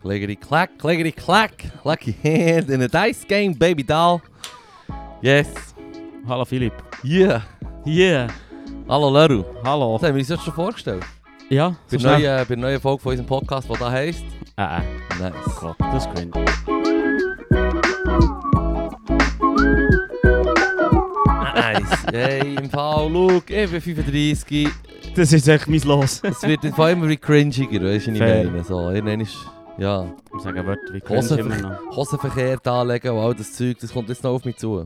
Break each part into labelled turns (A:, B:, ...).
A: Clickety clack, clickety clack. Lucky hand in het ice game, baby doll. Yes.
B: Hallo Philipp.
A: Yeah.
B: Yeah.
A: Hallo Leru. Das
B: Hallo.
A: haben wir uns jetzt schon vorgestellt.
B: Ja,
A: Bei der neuen, bei der neuen Folge von unserem Podcast, die da heisst.
B: Ah, ah,
A: Nice.
B: Gott, das ist cringe.
A: Nice. Hey, im Fall, look, ich bin 35.
B: Das ist echt mein Los.
A: Es wird vor allem wie cringiger, weißt du, was ich
B: Fair.
A: meine? So, irgendwann ist, ja,
B: Ich muss sagen, Wörter wie
A: Hose-
B: cringe immer noch.
A: Hosen verkehrt anlegen und all das Zeug, das kommt jetzt noch auf mich zu.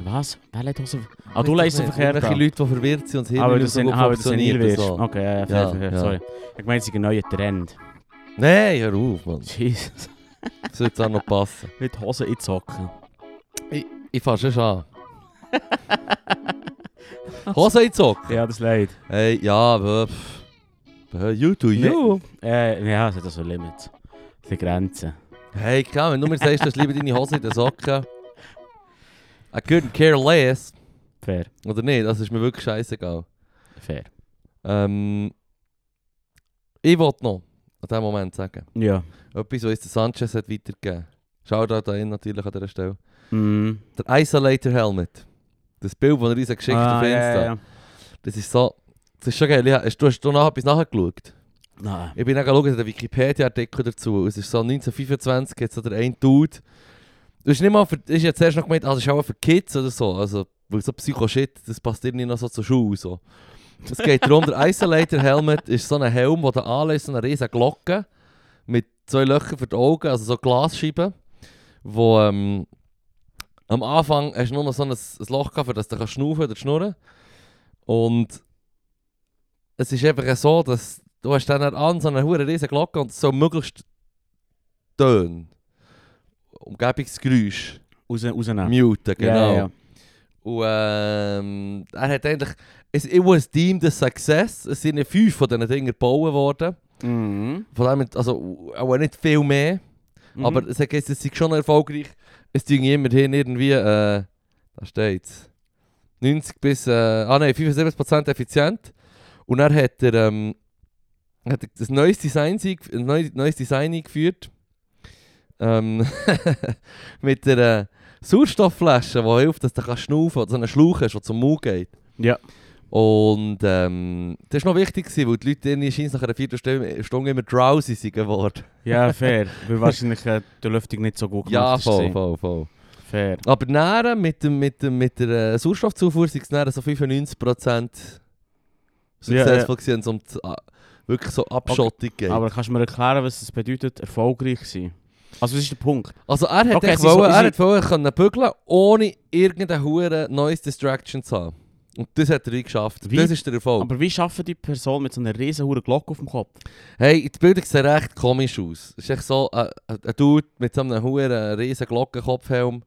B: Was? Wer lädt Hose... Ah, du leist den Verkehr
A: Irgendwelche Leute, die verwirrt sind und das Hirn
B: Aber
A: nicht
B: das
A: so
B: sind,
A: gut
B: aber das sind
A: funktioniert und
B: Irrwirrst.
A: so.
B: Okay, ja, ja,
A: Ja,
B: fair, fair,
A: ja.
B: sorry. Ich meine, es ist ein neuer Trend.
A: Nein, hör auf, Mann.
B: Jesus.
A: Das sollte auch noch passen.
B: Mit Hose in die Socken.
A: Ich fass schon an. Hose einzocken?
B: Ja, das leid.
A: Hey, ja, aber... pff. Äh, You do you.
B: Äh, ja, es hat also Limit. Die Grenzen.
A: Hey, komm, wenn du mir sagst, dass lieber deine Hose in den Socken... I couldn't care less.
B: Fair.
A: Oder nicht, das ist mir wirklich scheißegal.
B: Fair.
A: Ähm, ich wollte noch an diesem Moment sagen,
B: Ja.
A: etwas, was uns der Sanchez hat weitergegeben Schau da hin natürlich an dieser Stelle.
B: Mhm.
A: Der Isolator Helmet. Das Bild, das er uns geschickt hat
B: Ah,
A: auf
B: ja,
A: Insta.
B: ja, ja.
A: Das ist so... Das ist schon geil. Ja, hast du hast du noch etwas nachgeschaut?
B: Nein.
A: Ich bin dann geschaut, der Wikipedia-Artikel dazu. Es ist so 1925, jetzt so der ein Dude. Das ist nicht mal für... ist jetzt erst noch gemeint, ah, das ist auch für Kids oder so. Also, weil so Psycho-Shit, das passt irgendwie noch so zur Schule. So. Es geht darum, der Isolator-Helmet ist so ein Helm, wo du anlässt, so eine riesige Glocke mit zwei Löchern für die Augen, also so Glasscheiben, wo ähm, am Anfang hast du nur noch so ein, ein Loch gehabt, für das du kannst schnaufen oder schnurren und es ist einfach so, dass du hast dann an so eine hure riesige Glocke und es soll möglichst Töne, Umgebungsgeräusch,
B: Raus, rausnehmen.
A: muten,
B: Ah. Ja,
A: genau.
B: nou? ja, ja.
A: Und ähm, er hat eigentlich, es it was deemed a success, es sind ja fünf von diesen Dingen gebaut worden,
B: Mhm.
A: von dem, also auch nicht viel mehr.
B: Mhm.
A: Aber es hat geheißen, es sei schon erfolgreich. Es ging immerhin irgendwie, äh, da steht's, 90 bis, äh, ah nein, 75% effizient. Und dann hat er, ähm, hat er das neues Design, eingef- ein neu- neues Design eingeführt. Ähm, mit der äh, Sauerstoffflasche, die hilft, dass du kannst schnaufen kannst, so einen Schlauch hast, der zum Mund geht.
B: Ja.
A: Und ähm, das war noch wichtig, gewesen, weil die Leute irgendwie scheinbar nach einer Viertelstunde Stunde immer drowsy sind geworden.
B: Ja, fair. Weil wahrscheinlich äh, die Lüftung nicht so gut
A: Ja,
B: gemacht
A: voll,
B: ist.
A: voll, voll.
B: Fair.
A: Aber näher mit, dem, mit, dem, mit der äh, Sauerstoffzufuhr sind es näher so 95%
B: Ja,
A: successful gewesen, wenn es um die, ah, wirklich so Abschottung geht.
B: Aber kannst du mir erklären, was das bedeutet, erfolgreich sein? Also, was ist der Punkt?
A: also er hat
B: Okay,
A: echt
B: sie so-
A: wollen, er
B: sie-
A: hat wollen können bügeln, ohne irgendeine hure Noise Distraction zu haben. Und das hat er wie geschafft.
B: Wie?
A: Das ist der Erfolg.
B: Aber wie schafft die Person mit so einer riesen hohen Glocke auf dem Kopf?
A: hey, die Bildung sieht recht komisch aus. Es ist echt so ein, ein ein Dude mit so einem huren riesen Glockenkopfhelm.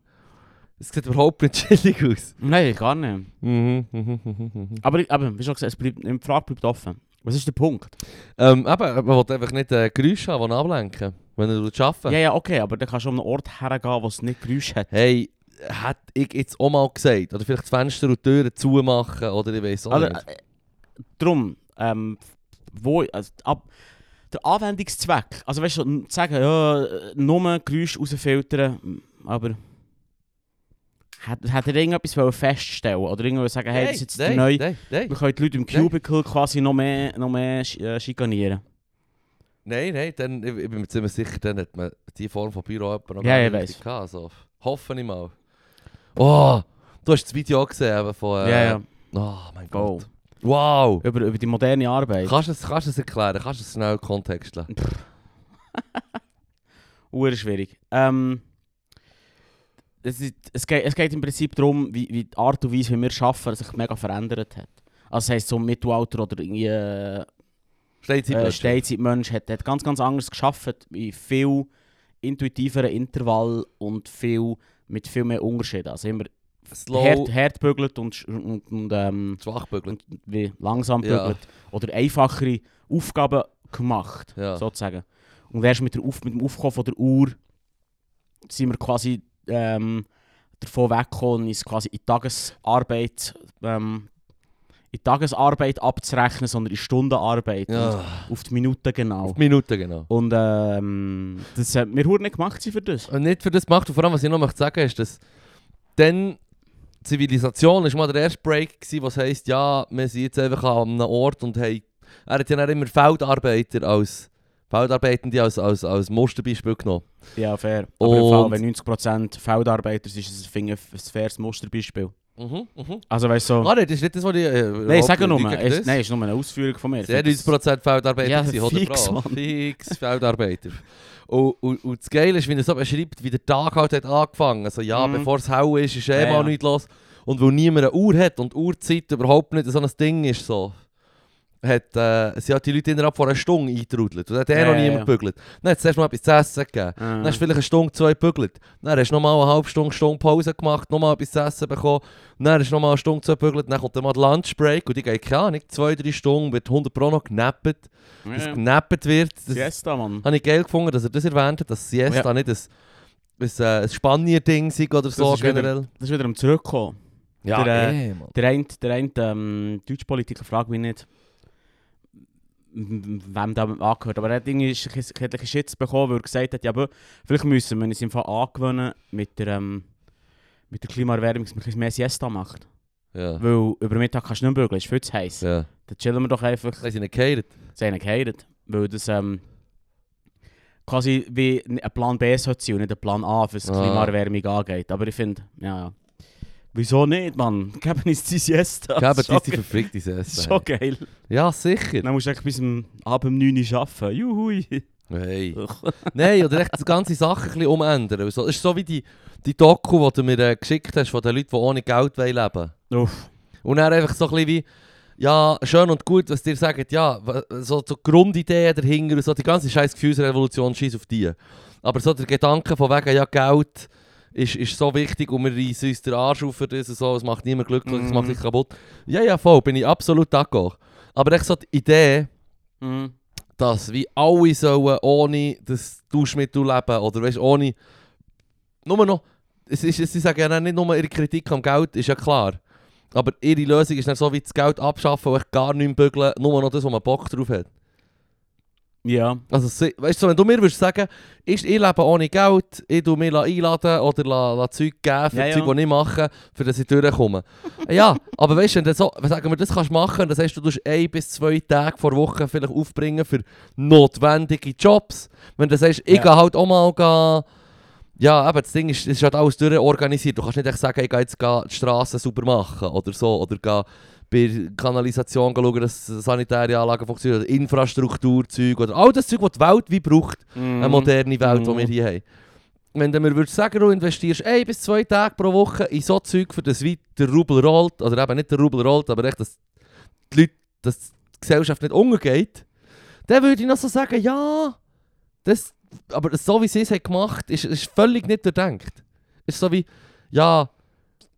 A: Es sieht überhaupt nicht chillig aus.
B: Nein, gar nicht.
A: Mhm, mhm, mhm, mhm.
B: Aber, ich- eben, wie schon gesagt, es bleibt, die Frage bleibt offen. Was ist der Punkt?
A: Ähm, eben, man will einfach nicht äh, Geräusche haben, die ablenken, wenn er es arbeiten
B: Ja, ja, okay, aber dann kannst du um einen Ort hergehen, wo es nicht Geräusch hat.
A: Hey, hätte ich jetzt auch mal gesagt. Oder vielleicht das Fenster und die Türen zumachen, oder ich weiß auch
B: Also,
A: nicht.
B: äh, drum, ähm, wo, also, ab, der Anwendungszweck, also weißt du, n- zu sagen, ja, äh, nur Geräusch rausfiltern, m, aber hat, hat er irgendetwas wollen feststellen oder irgendwas sagen, hey, das ist jetzt der neue,
A: Nein, nein,
B: wir können die Leute im
A: Nein.
B: Cubicle quasi noch mehr, noch mehr sch- äh, schikanieren.
A: nein, nein, dann, ich, ich bin mir ziemlich sicher, dann hat man die Form von Büro jemand noch
B: Ja, ich
A: nicht richtig gehabt. Also, hoffe ich mal. Oh, du hast das Video auch gesehen eben von...
B: Ja,
A: Äh,
B: ja,
A: Oh mein
B: go.
A: Gott. Wow.
B: Über, über die moderne Arbeit.
A: Kannst du es, kannst du es erklären? Kannst du es schnell kontexteln?
B: Uhr schwierig. Ähm, es, ist, es, geht, es geht im Prinzip darum, wie, wie die Art und Weise, wie wir arbeiten, sich mega verändert hat. Also das heisst, so im Mittelalter oder irgendwie äh,
A: Steht sie
B: äh,
A: plötzlich?
B: Steinzeitmensch hat, hat ganz, ganz anders geschafft, in viel intuitiveren Intervall und viel, mit viel mehr Unterschieden. Also immer
A: Slow,
B: hart, hart bügelt und, sch- und, und, ähm,
A: schwach bügeln.
B: und wie langsam
A: Ja.
B: bügelt. Oder einfachere Aufgaben gemacht,
A: Ja.
B: sozusagen. Und erst mit, der Auf mit dem Aufkommen von der Uhr sind wir quasi ähm, davon weggekommen und ist quasi in die Tagesarbeit ähm, in Tagesarbeit abzurechnen, sondern in Stundenarbeit. Und
A: Ja,
B: auf die Minute genau.
A: auf die Minute genau.
B: Und ähm, das hat mir verdammt nicht gemacht sie für das.
A: Und nicht für das gemacht. Und vor allem, was ich noch möchte sagen, ist, dass dann Zivilisation ist mal der erste Break gewesen, was heisst, ja, wir sind jetzt einfach an einem Ort und haben, er hat ja dann immer Feldarbeiter als, Feldarbeitende als, als, als Musterbeispiel genommen.
B: Ja, fair. Aber im Fall,
A: Und-
B: wenn 90% Feldarbeiter sind, ist es finde ich, ein faires Musterbeispiel.
A: Mhm, mhm.
B: Also weißt du, so,
A: Ah, nein, das ist nicht das, was ich... Äh,
B: nein,
A: überhaupt
B: sag nur,
A: nicht gegen
B: es,
A: das.
B: nein, es ist nur eine Ausführung von mir.
A: Sie haben 90% Feldarbeiter
B: Ja,
A: gewesen, oder
B: fix,
A: Bra?
B: Mann.
A: Fix Feldarbeiter. Und, und, und das Geile ist, wenn er so beschreibt, wie der Tag halt hat angefangen. Also ja,
B: Mhm.
A: bevor es hell ist, ist eh
B: Ja,
A: mal
B: ja.
A: nichts los. Und weil niemand eine Uhr hat und Uhrzeit überhaupt nicht so ein Ding ist, so, hat, äh, sie hat die Leute innerhalb von einer Stunde eingetrudelt. Und hat eh
B: Ja,
A: noch
B: ja,
A: niemand
B: ja.
A: gebügelt. Dann hat es erst mal etwas zu essen gegeben.
B: Ah.
A: Dann hast du vielleicht eine Stunde, zwei gebügelt. Dann hast du nochmal eine halbe Stunde, Stunde Pause gemacht, nochmal etwas zu essen bekommen. Dann hast du nochmal eine Stunde, zwei gebügelt. Dann kommt dann mal der Lunchbreak und ich gehe, keine Ahnung, zwei, drei Stunden wird 100 Pro noch genappt. Dass
B: Ja.
A: genappt wird, das
B: Siesta, Mann.
A: habe ich geil gefunden, dass er das erwähnt hat, dass Siesta
B: Ja.
A: nicht ein, ein, äh, ein Spanier-Ding sei oder so
B: ist wieder-
A: generell.
B: Das ist wieder am Zurückkommen. der,
A: eh, Mann.
B: Der eine, der eine ähm, Deutschpolitiker fragt mich nicht, m- wem da angehört. Aber er hat irgendwie sch- hat ein bisschen Shit bekommen, weil er gesagt hat, ja, aber vielleicht müssen wir uns im Fall angewöhnen, mit der, ähm, mit der Klimaerwärmung, dass man ein bisschen mehr Siesta macht.
A: Ja.
B: Weil über Mittag kannst du nicht mehr bügeln, es ist viel zu heiß.
A: ja.
B: Dann chillen wir doch einfach.
A: Haben sie nicht gehatet?
B: Sie haben ihn gehatet, weil das ähm, quasi wie ein Plan B sollte sein und nicht ein Plan A, was die
A: Ah.
B: Klimaerwärmung angeht. Aber ich finde, ja, ja. Wieso nicht, Mann? Geben uns die Siesta.
A: Geben
B: Das
A: die
B: ist schon
A: diese
B: ge-
A: verfickte
B: das ist
A: Siesta.
B: schon geil.
A: Ja, sicher.
B: Dann musst du echt bis am Abend um 9 Uhr arbeiten. Juhui.
A: Hey. Nein, oder echt die ganze Sache ein bisschen umändern. Also, es ist so wie die, die Doku, die du mir äh, geschickt hast, von den Leuten, die ohne Geld wollen leben wollen.
B: Uff.
A: Und dann einfach so ein bisschen wie, ja, schön und gut, was dir sagt, ja, w- so, so Grundideen dahinter und so, die ganze scheiß Gefühlsrevolution, scheiß auf die. Aber so der Gedanke von wegen, ja, Geld ist, ist so wichtig und wir reissen uns den Arsch auf für das und so, es macht niemand glücklich, es
B: Mhm.
A: macht dich kaputt. Ja, ja, voll, bin ich absolut d'accord. Aber echt so die Idee,
B: Mhm.
A: dass wie alle sollen ohne das Duschmittel leben oder weißt, ohne nur noch es ist, es- sie sagen ja dann nicht nur ihre Kritik am Geld ist ja klar aber ihre Lösung ist dann so wie das Geld abschaffen und echt gar nicht mehr bügeln nur noch das wo man Bock drauf hat
B: Ja.
A: also sie- weißt du wenn du mir würdest sagen ist ich lebe ohne Geld ich tu mir la einladen oder la, la Zeug geben für
B: Ja,
A: ja,
B: ja.
A: Zeug die ich mache für das ich durchkomme ja aber weißt du wenn du so sagen wir das kannst du machen das heißt du tust ein bis zwei Tage vor Woche vielleicht aufbringen für notwendige Jobs wenn du sagst ich
B: Ja.
A: gehe halt auch mal gehen, ja, aber das Ding ist, es ist halt alles durchorganisiert. Du kannst nicht echt sagen, ich gehe jetzt gehen die Straßen sauber machen oder so. Oder gehe bei Kanalisation schauen, dass sanitäre Anlagen funktionieren. Oder Infrastrukturzeug oder all das Zeug, was die Welt wie braucht
B: Mhm.
A: eine moderne Welt, die wir
B: Mhm.
A: hier haben. Wenn du mir würdest sagen, du investierst ein bis zwei Tage pro Woche in so Zeug, für das wie der Rubel rollt, oder eben nicht der Rubel rollt, aber echt, dass die Leute, dass die Gesellschaft nicht untergeht, dann würde ich noch so sagen, ja, das, aber so wie sie es haben gemacht haben, ist, ist völlig nicht durchdenkt. Ist so wie, ja,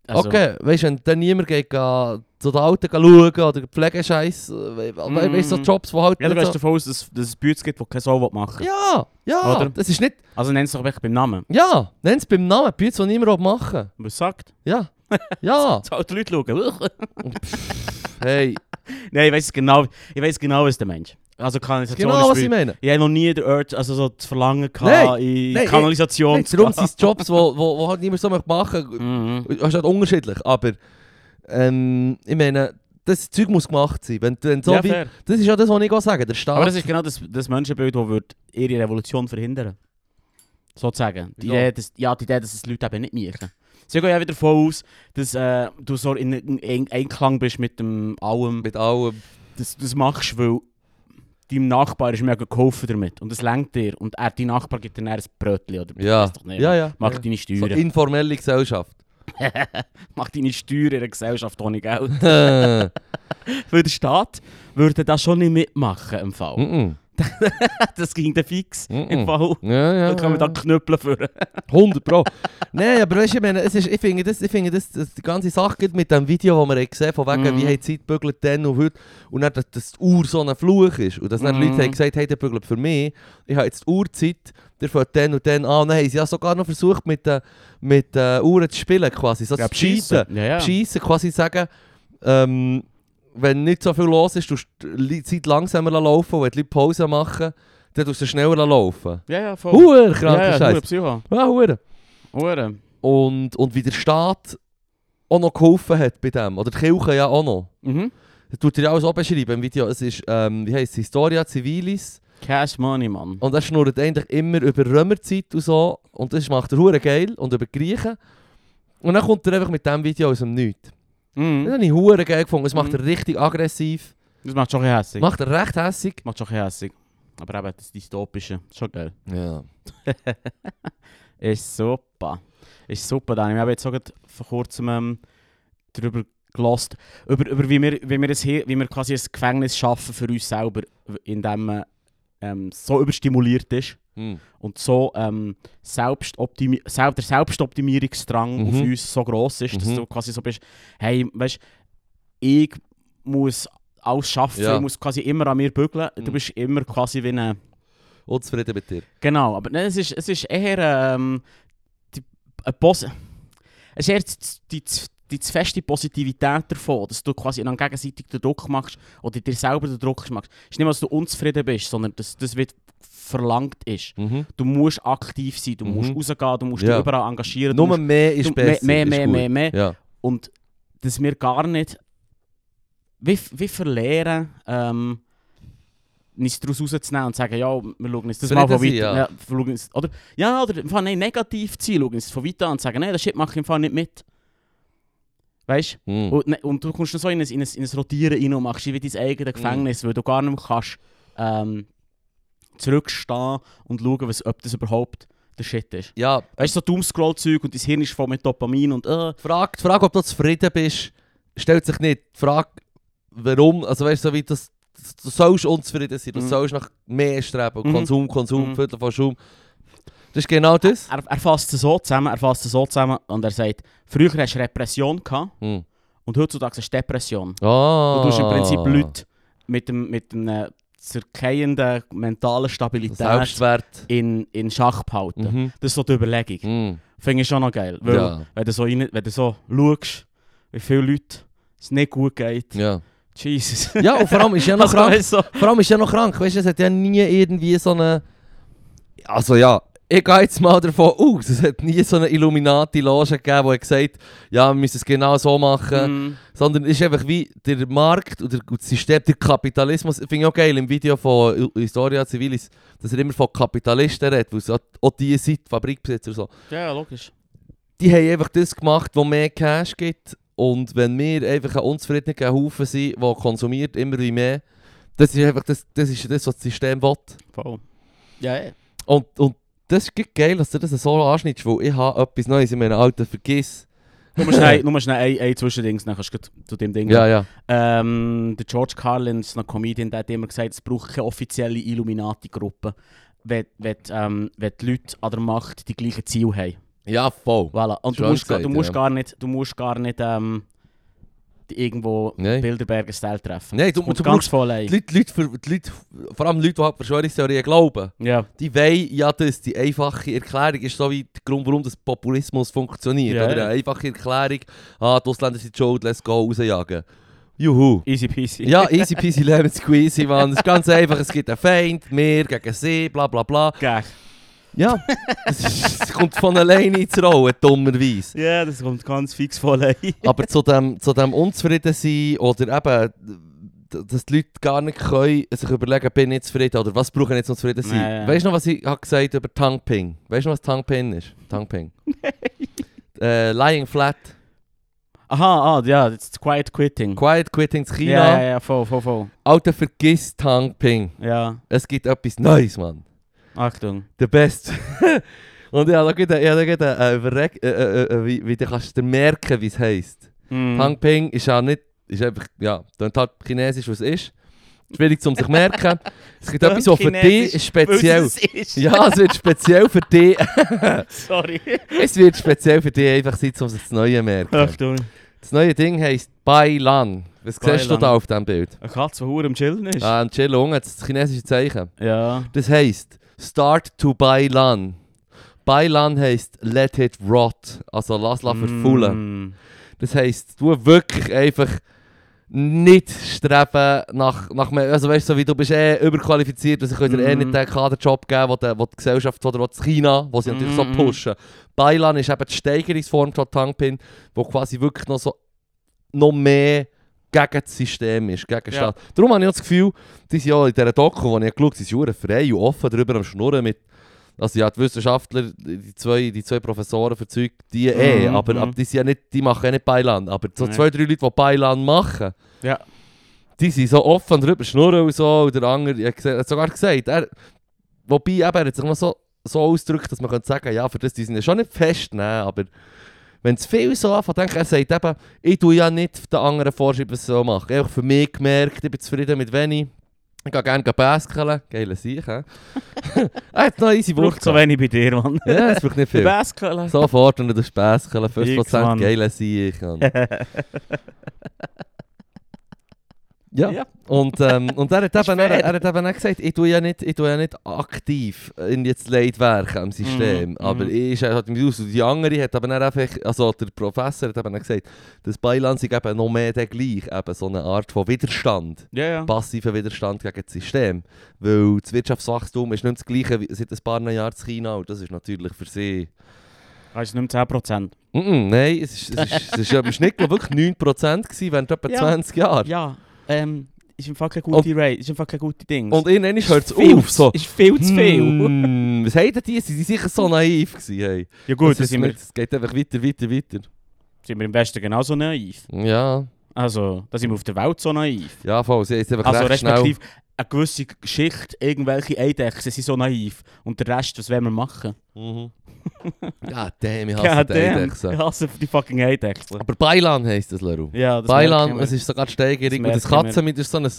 B: Also,
A: Okay, weißt du, wenn dann niemand geht, gehen, zu den Alten gehen schauen oder Pflegescheiß, we we
B: Mm.
A: weißt du, so Jobs, die halt.
B: Ja, du
A: nicht
B: gehst
A: so,
B: davon aus, dass, dass es Bütze gibt, die keine Sau machen will.
A: ja, ja,
B: Oder?
A: das ist nicht.
B: Also nenn es doch wirklich beim Namen.
A: Ja, nenn es beim Namen, Bütz, die niemand machen will.
B: Was sagt?
A: Ja, ja.
B: Soll die Leute schauen?
A: hey,
B: Nein, ich weiß genau, ich weiß genau, was der Mensch. Also Kanalisation
A: genau was
B: ist
A: ich meine.
B: Ich habe noch nie den Urge, also so das Verlangen
A: Nein,
B: gehabt, in
A: nein,
B: Kanalisation
A: Hey,
B: zu
A: darum
B: gehen.
A: sind es Jobs, die wo, wo, wo halt niemand so möchte machen möchte.
B: Mhm.
A: Das ist halt unterschiedlich, aber ähm, ich meine, das Zeug muss gemacht sein. Wenn, wenn so
B: ja,
A: wie,
B: fair.
A: das ist ja das, was ich auch sage. Der
B: Aber
A: Staat
B: das ist genau das, das Menschenbild, das würde ihre Revolution verhindern Sozusagen. Die
A: Wieso?
B: Idee, dass, ja, die Idee, dass es die Leute eben nicht machen. Sie gehen ja wieder davon aus, dass äh, du so in, in, in Einklang bist mit dem allem.
A: mit allem.
B: Das, das machst du, weil deinem Nachbar ist mega geholfen damit. Und das lenkt dir. Und er, dein Nachbar gibt dir dann ein Brötchen oder
A: Ja,
B: weiss doch nicht.
A: ja, ja.
B: Mach
A: ja.
B: deine
A: So
B: Steuern.
A: informelle Gesellschaft.
B: Mach deine Steuern in einer Gesellschaft ohne Geld.
A: Äh,
B: Weil der Staat würde das schon nicht mitmachen im Fall.
A: mhm.
B: Das ging dann fix
A: Mhm.
B: im Fall.
A: Ja, ja.
B: Da können wir
A: ja.
B: dann Knüppel führen.
A: 100 Pro. Nein, aber weißt du, ich, meine, es ist, ich finde, das, ich finde das, das, die ganze Sache geht mit dem Video, das wir haben gesehen von wegen,
B: Mhm.
A: wie haben die Zeit bügelt dann und heute. Und dann, dass, dass die Uhr so ein Fluch ist. Und dass dann
B: Mhm.
A: Leute haben gesagt haben, der bügelt für mich. Ich habe jetzt die Uhrzeit, der fährt dann und dann an. Und dann haben sie ja sogar noch versucht, mit, äh, mit äh, Uhren zu spielen, quasi. So zu cheaten.
B: Ja, ja.
A: Schiessen, quasi sagen, ähm, wenn nicht so viel los ist, du die Zeit langsamer laufen, und wenn die Leute Pause machen, dann tust du sie schneller laufen.
B: Ja, ja, voll.
A: Huer,
B: Oh. ja, ja,
A: kranker Scheiß.
B: nur Psycho.
A: Ah, Huere.
B: Hure.
A: Und, und wie der Staat auch noch geholfen hat bei dem, oder die Kirche ja auch noch.
B: Mhm.
A: Das tut ihr ja alles auch beschreiben im Video. Es ist, ähm, wie heisst es, Historia Civilis.
B: Cash Money, Mann.
A: Und er schnurrt eigentlich immer über Römerzeit und so. Und das macht er hure geil. Und über die Griechen. Und dann kommt er einfach mit diesem Video aus dem Nichts. Das
B: Mhm.
A: habe ich hure geil gefunden. Es macht
B: Mhm.
A: er richtig aggressiv.
B: Das macht schon ein bisschen hässig.
A: Macht er recht hässig.
B: Macht schon ein bisschen hässig. Aber eben das Dystopische. Schon geil.
A: Ja.
B: Ist super. Ist super, Dani. Wir haben jetzt auch gerade vor kurzem ähm, darüber gelost, über, über wie, wir, wie, wir es hier, wie wir quasi ein Gefängnis schaffen für uns selber, indem man ähm, so überstimuliert ist
A: Mhm.
B: und so ähm, Selbstoptimi Sel der Selbstoptimierungsdrang
A: Mhm.
B: auf uns so gross ist, dass
A: Mhm.
B: du quasi so bist, hey, weißt ich muss alles schaffen,
A: Ja.
B: ich muss quasi immer an mir bügeln. Du
A: Mhm.
B: bist immer quasi wie ein
A: Unzufrieden mit dir.
B: Genau, aber nein, es ist, es ist eher ähm, die eine Pos es ist eher die, die, die zu feste Positivität davon, dass du quasi dann gegenseitig den Druck machst oder dir selber den Druck machst. Es ist nicht mal, dass du unzufrieden bist, sondern dass das wird verlangt ist.
A: Mhm.
B: Du musst aktiv sein, du
A: Mhm.
B: musst rausgehen, du musst
A: Ja.
B: dich überall engagieren. Du
A: Nur
B: musst,
A: mehr ist
B: du-
A: besser.
B: mehr,
A: ist
B: mehr,
A: gut.
B: mehr, mehr.
A: Ja.
B: Und dass wir gar nicht. Wie, wie verlieren, ähm, uns daraus rauszunehmen und zu sagen, ja, wir schauen uns das mal von
A: Zufrieden
B: weiter
A: sein,
B: ja.
A: ja.
B: wir schauen uns, oder, ja, oder im Fall, nein, negativ zu sein, schauen uns von weiter an und sagen, nein, das Shit mache ich im Fall nicht mit. Weißt du?
A: Mhm.
B: Und, ne- und du kommst dann so in ein, in ein, in ein Rotieren rein und machst dich wie dein eigenes
A: Mhm.
B: Gefängnis, weil du gar nicht mehr kannst ähm, zurückstehen und schauen, was, ob das überhaupt der Shit ist.
A: ja.
B: Weißt du, so Doomscroll-Zeug und dein Hirn ist voll mit Dopamin und äh,
A: Frag, die Frage, ob du zufrieden bist, stellt sich nicht. Die Frage, warum, also weißt du, so wie das, das- du sollst unzufrieden sein, du
B: Mhm.
A: sollst nach mehr streben.
B: Mhm.
A: Konsum, Konsum,
B: Mhm.
A: Viertel von Schum. Das ist genau das.
B: Er, er fasst es so zusammen, er fasst es so zusammen und er sagt, früher hast du Repression gehabt
A: Mhm.
B: und heutzutage hast du Depression.
A: Ah.
B: Du tust im Prinzip Leute mit, dem, mit einer zerkehrenden mentalen Stabilität
A: Selbstwert.
B: in, in Schach behalten.
A: Mhm.
B: Das ist so die Überlegung.
A: Mhm.
B: Finde ich schon noch geil. Weil,
A: Ja.
B: wenn, du so rein, wenn du so schaust, wie viele Leute es nicht gut geht,
A: Ja.
B: Jesus.
A: ja, und vor allem ist ja noch
B: Also,
A: krank.
B: weißt du,
A: Vor allem ist ja noch krank. Weißt du, es hat ja nie irgendwie so eine. Also ja, ich gehe jetzt mal davon aus, es hat nie so eine Illuminati-Loge gegeben, die hat gesagt ja, wir müssen es genau so machen.
B: Mm,
A: Sondern es ist einfach wie der Markt oder das System, der Kapitalismus. Finde ich auch geil im Video von Historia Civilis, dass er immer von Kapitalisten redet, weil es auch auch die sind, Fabrikbesitzer und so.
B: ja, logisch.
A: Die haben einfach das gemacht, was mehr Cash gibt. Und wenn wir einfach ein unzufriedener Haufen sind, der konsumiert immer wie mehr, das ist einfach das, das, ist das was das System will.
B: Voll. Ja, ja.
A: Und, und das ist gut geil, dass du das so anschnittst, weil ich habe etwas Neues in meinem Alter vergiss.
B: Nur schnell, nur schnell ein, ein Zwischendings, dann kannst du gleich zu dem Ding
A: Ja, ja.
B: Ähm, der George Carlin, das ist ein Comedian, der hat immer gesagt, es braucht keine offizielle Illuminati-Gruppe, wenn, wenn, ähm, wenn die Leute an der Macht die gleichen Ziele haben.
A: Ja, voll.
B: Voilà. Und du
A: Schön
B: musst, gar- du
A: gesagt,
B: musst
A: ja.
B: gar nicht, du musst gar nicht ähm, die irgendwo
A: Nein.
B: Bilderberger-Style treffen.
A: Nein, du,
B: Du,
A: du,
B: musst
A: du
B: ganz
A: brauchst
B: voll
A: die
B: ein.
A: Leute, die Leute, ver- die Leute, vor allem Leute, die halt Verschwörungstheorien glauben,
B: Ja,
A: die wollen ja das. Die einfache Erklärung ist so wie der Grund, warum das Populismus funktioniert.
B: Ja,
A: Oder
B: ja.
A: eine einfache Erklärung, ah, die Ausländer sind schuld, let's go, rausjagen. Juhu.
B: easy peasy.
A: Ja, easy peasy, lemon squeezy, man. Es ist ganz einfach, es gibt einen Feind, wir gegen sie, bla bla bla.
B: Gell.
A: Ja, es, ist, es kommt von alleine ins Rollen, dummerweise.
B: Ja, das kommt ganz fix voll ein.
A: Aber zu dem, zu dem unzufrieden sein oder eben, d- dass die Leute gar nicht können, sich überlegen, bin ich zufrieden oder was brauche ich jetzt, um zufrieden zu sein.
B: Ja, ja.
A: Weißt du noch, was ich habe gesagt über Tang Ping? Weißt du noch, was Tang Ping ist? Tang Ping. äh, lying flat,
B: Aha, ah, ja, das ist Quiet Quitting.
A: quiet quitting zu China.
B: Ja, ja, ja, voll, voll, voll.
A: Alter, vergiss Tang Ping.
B: Ja,
A: Es gibt etwas Neues, Mann.
B: Achtung.
A: Der Best. Und ja, da gibt es überlegt, äh, äh, äh, wie, wie du kannst dir merken, wie es heisst.
B: Mm.
A: Tang Ping ist auch nicht, ist einfach, ja, dann halt chinesisch, was es ist. Schwierig um sich merken. Es gibt
B: Tönt
A: etwas, was für dich
B: chinesisch,
A: ist
B: Weil es
A: speziell.
B: es ist.
A: Ja, es wird speziell für dich.
B: Sorry.
A: Es wird speziell für dich einfach sein, um sich das Neue zu merken.
B: Achtung.
A: Das neue Ding heisst Bai Lan. Was
B: Bai
A: siehst du
B: Lan.
A: da auf diesem Bild?
B: Eine Katze, die hure am Chillen ist.
A: Ah, ein Chillung, das chinesische Zeichen.
B: Ja.
A: Das heisst Start to Bai Lan. Bai Lan heisst Let it
B: Hm.
A: rot. Also lass la verfaulen.
B: Mm.
A: Das heisst, du wirklich einfach nicht streben nach, nach mehr. Also weißt du, so wie du bist eh überqualifiziert, also ich könnte dir eh
B: Mhm.
A: nicht den Kaderjob geben, wo die, wo die Gesellschaft oder wo das China, wo sie natürlich so
B: Mhm.
A: pushen. Thailand ist eben die Steigerungsform von Tangpin, wo quasi wirklich noch so noch mehr gegen das System ist, gegen den
B: Ja.
A: Staat. Darum habe ich auch das Gefühl, die sind ja in dieser Doku, die ich geschaut habe, sie sind verdammt frei und offen darüber am Schnurren mit also ja, die Wissenschaftler, die zwei, die zwei Professoren für Zeug, die eh,
B: Mhm,
A: aber,
B: mhm.
A: aber die, sind ja nicht, die machen ja nicht Beiland. Aber so
B: Nein.
A: zwei, drei Leute, die Beiland machen,
B: Ja.
A: die sind so offen drüber schnurren und so. Und der andere ich hab gesehen- hat sogar gesagt, er, wobei eben, er hat sich mal so, so ausgedrückt, dass man könnte sagen ja, für das die sind ja schon nicht festnehmen, aber wenn es viel so anfängt, denke er sagt eben, ich tue ja nicht den anderen vorschreiben, was sie so machen. Ich habe für mich gemerkt, ich bin zufrieden mit wenig. Ich gehe gerne baskeln. Geile Sieg, hä? er hat noch eine easy Woche
B: Braucht so wenig bei dir, Mann.
A: gehabt. Ja, es braucht nicht viel.
B: Basketball.
A: Sofort unter den Späßchen, 5%
B: Mann.
A: geile Sieg. Und, ja.
B: Ja.
A: Und, ähm, und er, hat eben, er,
B: fair.
A: er hat eben auch gesagt, ich tue ja nicht, ich tue ja nicht aktiv in jetzt Leitwerken am System.
B: Mhm,
A: Aber
B: mhm.
A: ich ist- er hat mich aus. Und die andere hat eben dann einfach, also der Professor hat eben auch gesagt, das Beiland sei eben noch mehr der gleich, eben so eine Art von Widerstand.
B: Ja, ja.
A: Passiver Widerstand gegen das System. Weil das Wirtschaftswachstum ist nicht mehr das gleiche wie seit ein paar Jahren in China. Und das ist natürlich für sie.
B: Weißt du, nicht mehr 10%.
A: Mm -mm, nein, es ist, es ist, es ist im Schnitt glaub ich, wirklich 9% gewesen, während etwa
B: Ja.
A: 20 Jahren.
B: Ja, ähm, ist im Fall keine gute Rate, ist im Fall keine gute Dings.
A: Und irgendwann hört es
B: Viel
A: auf.
B: zu-
A: So,
B: Ist viel zu viel.
A: «Hmm, was haben denn die? Sie sind sicher so naiv gewesen. Hey.
B: Ja gut,
A: Das
B: dann
A: ist
B: sind wir,
A: nicht- Es geht einfach weiter, weiter, weiter.
B: sind wir im Westen genauso naiv.
A: Ja,
B: Also, da sind wir auf der Welt so naiv.
A: ja voll. Sie haben es einfach
B: Also
A: recht schnell.
B: respektive eine gewisse Geschichte, irgendwelche Eidechsen sind so naiv. Und der Rest, was wollen wir machen?
A: Mhm. God damn, ich hasse die
B: damn.
A: Eidechsen.
B: Ich hasse die fucking Eidechsen.
A: Aber Beilan heisst das, Leru.
B: Ja, das
A: Beilan,
B: merken
A: es
B: wir.
A: ist sogar die Steigerung.
B: Das
A: Das, das
B: merken wir.
A: Katzenmit ist so ein,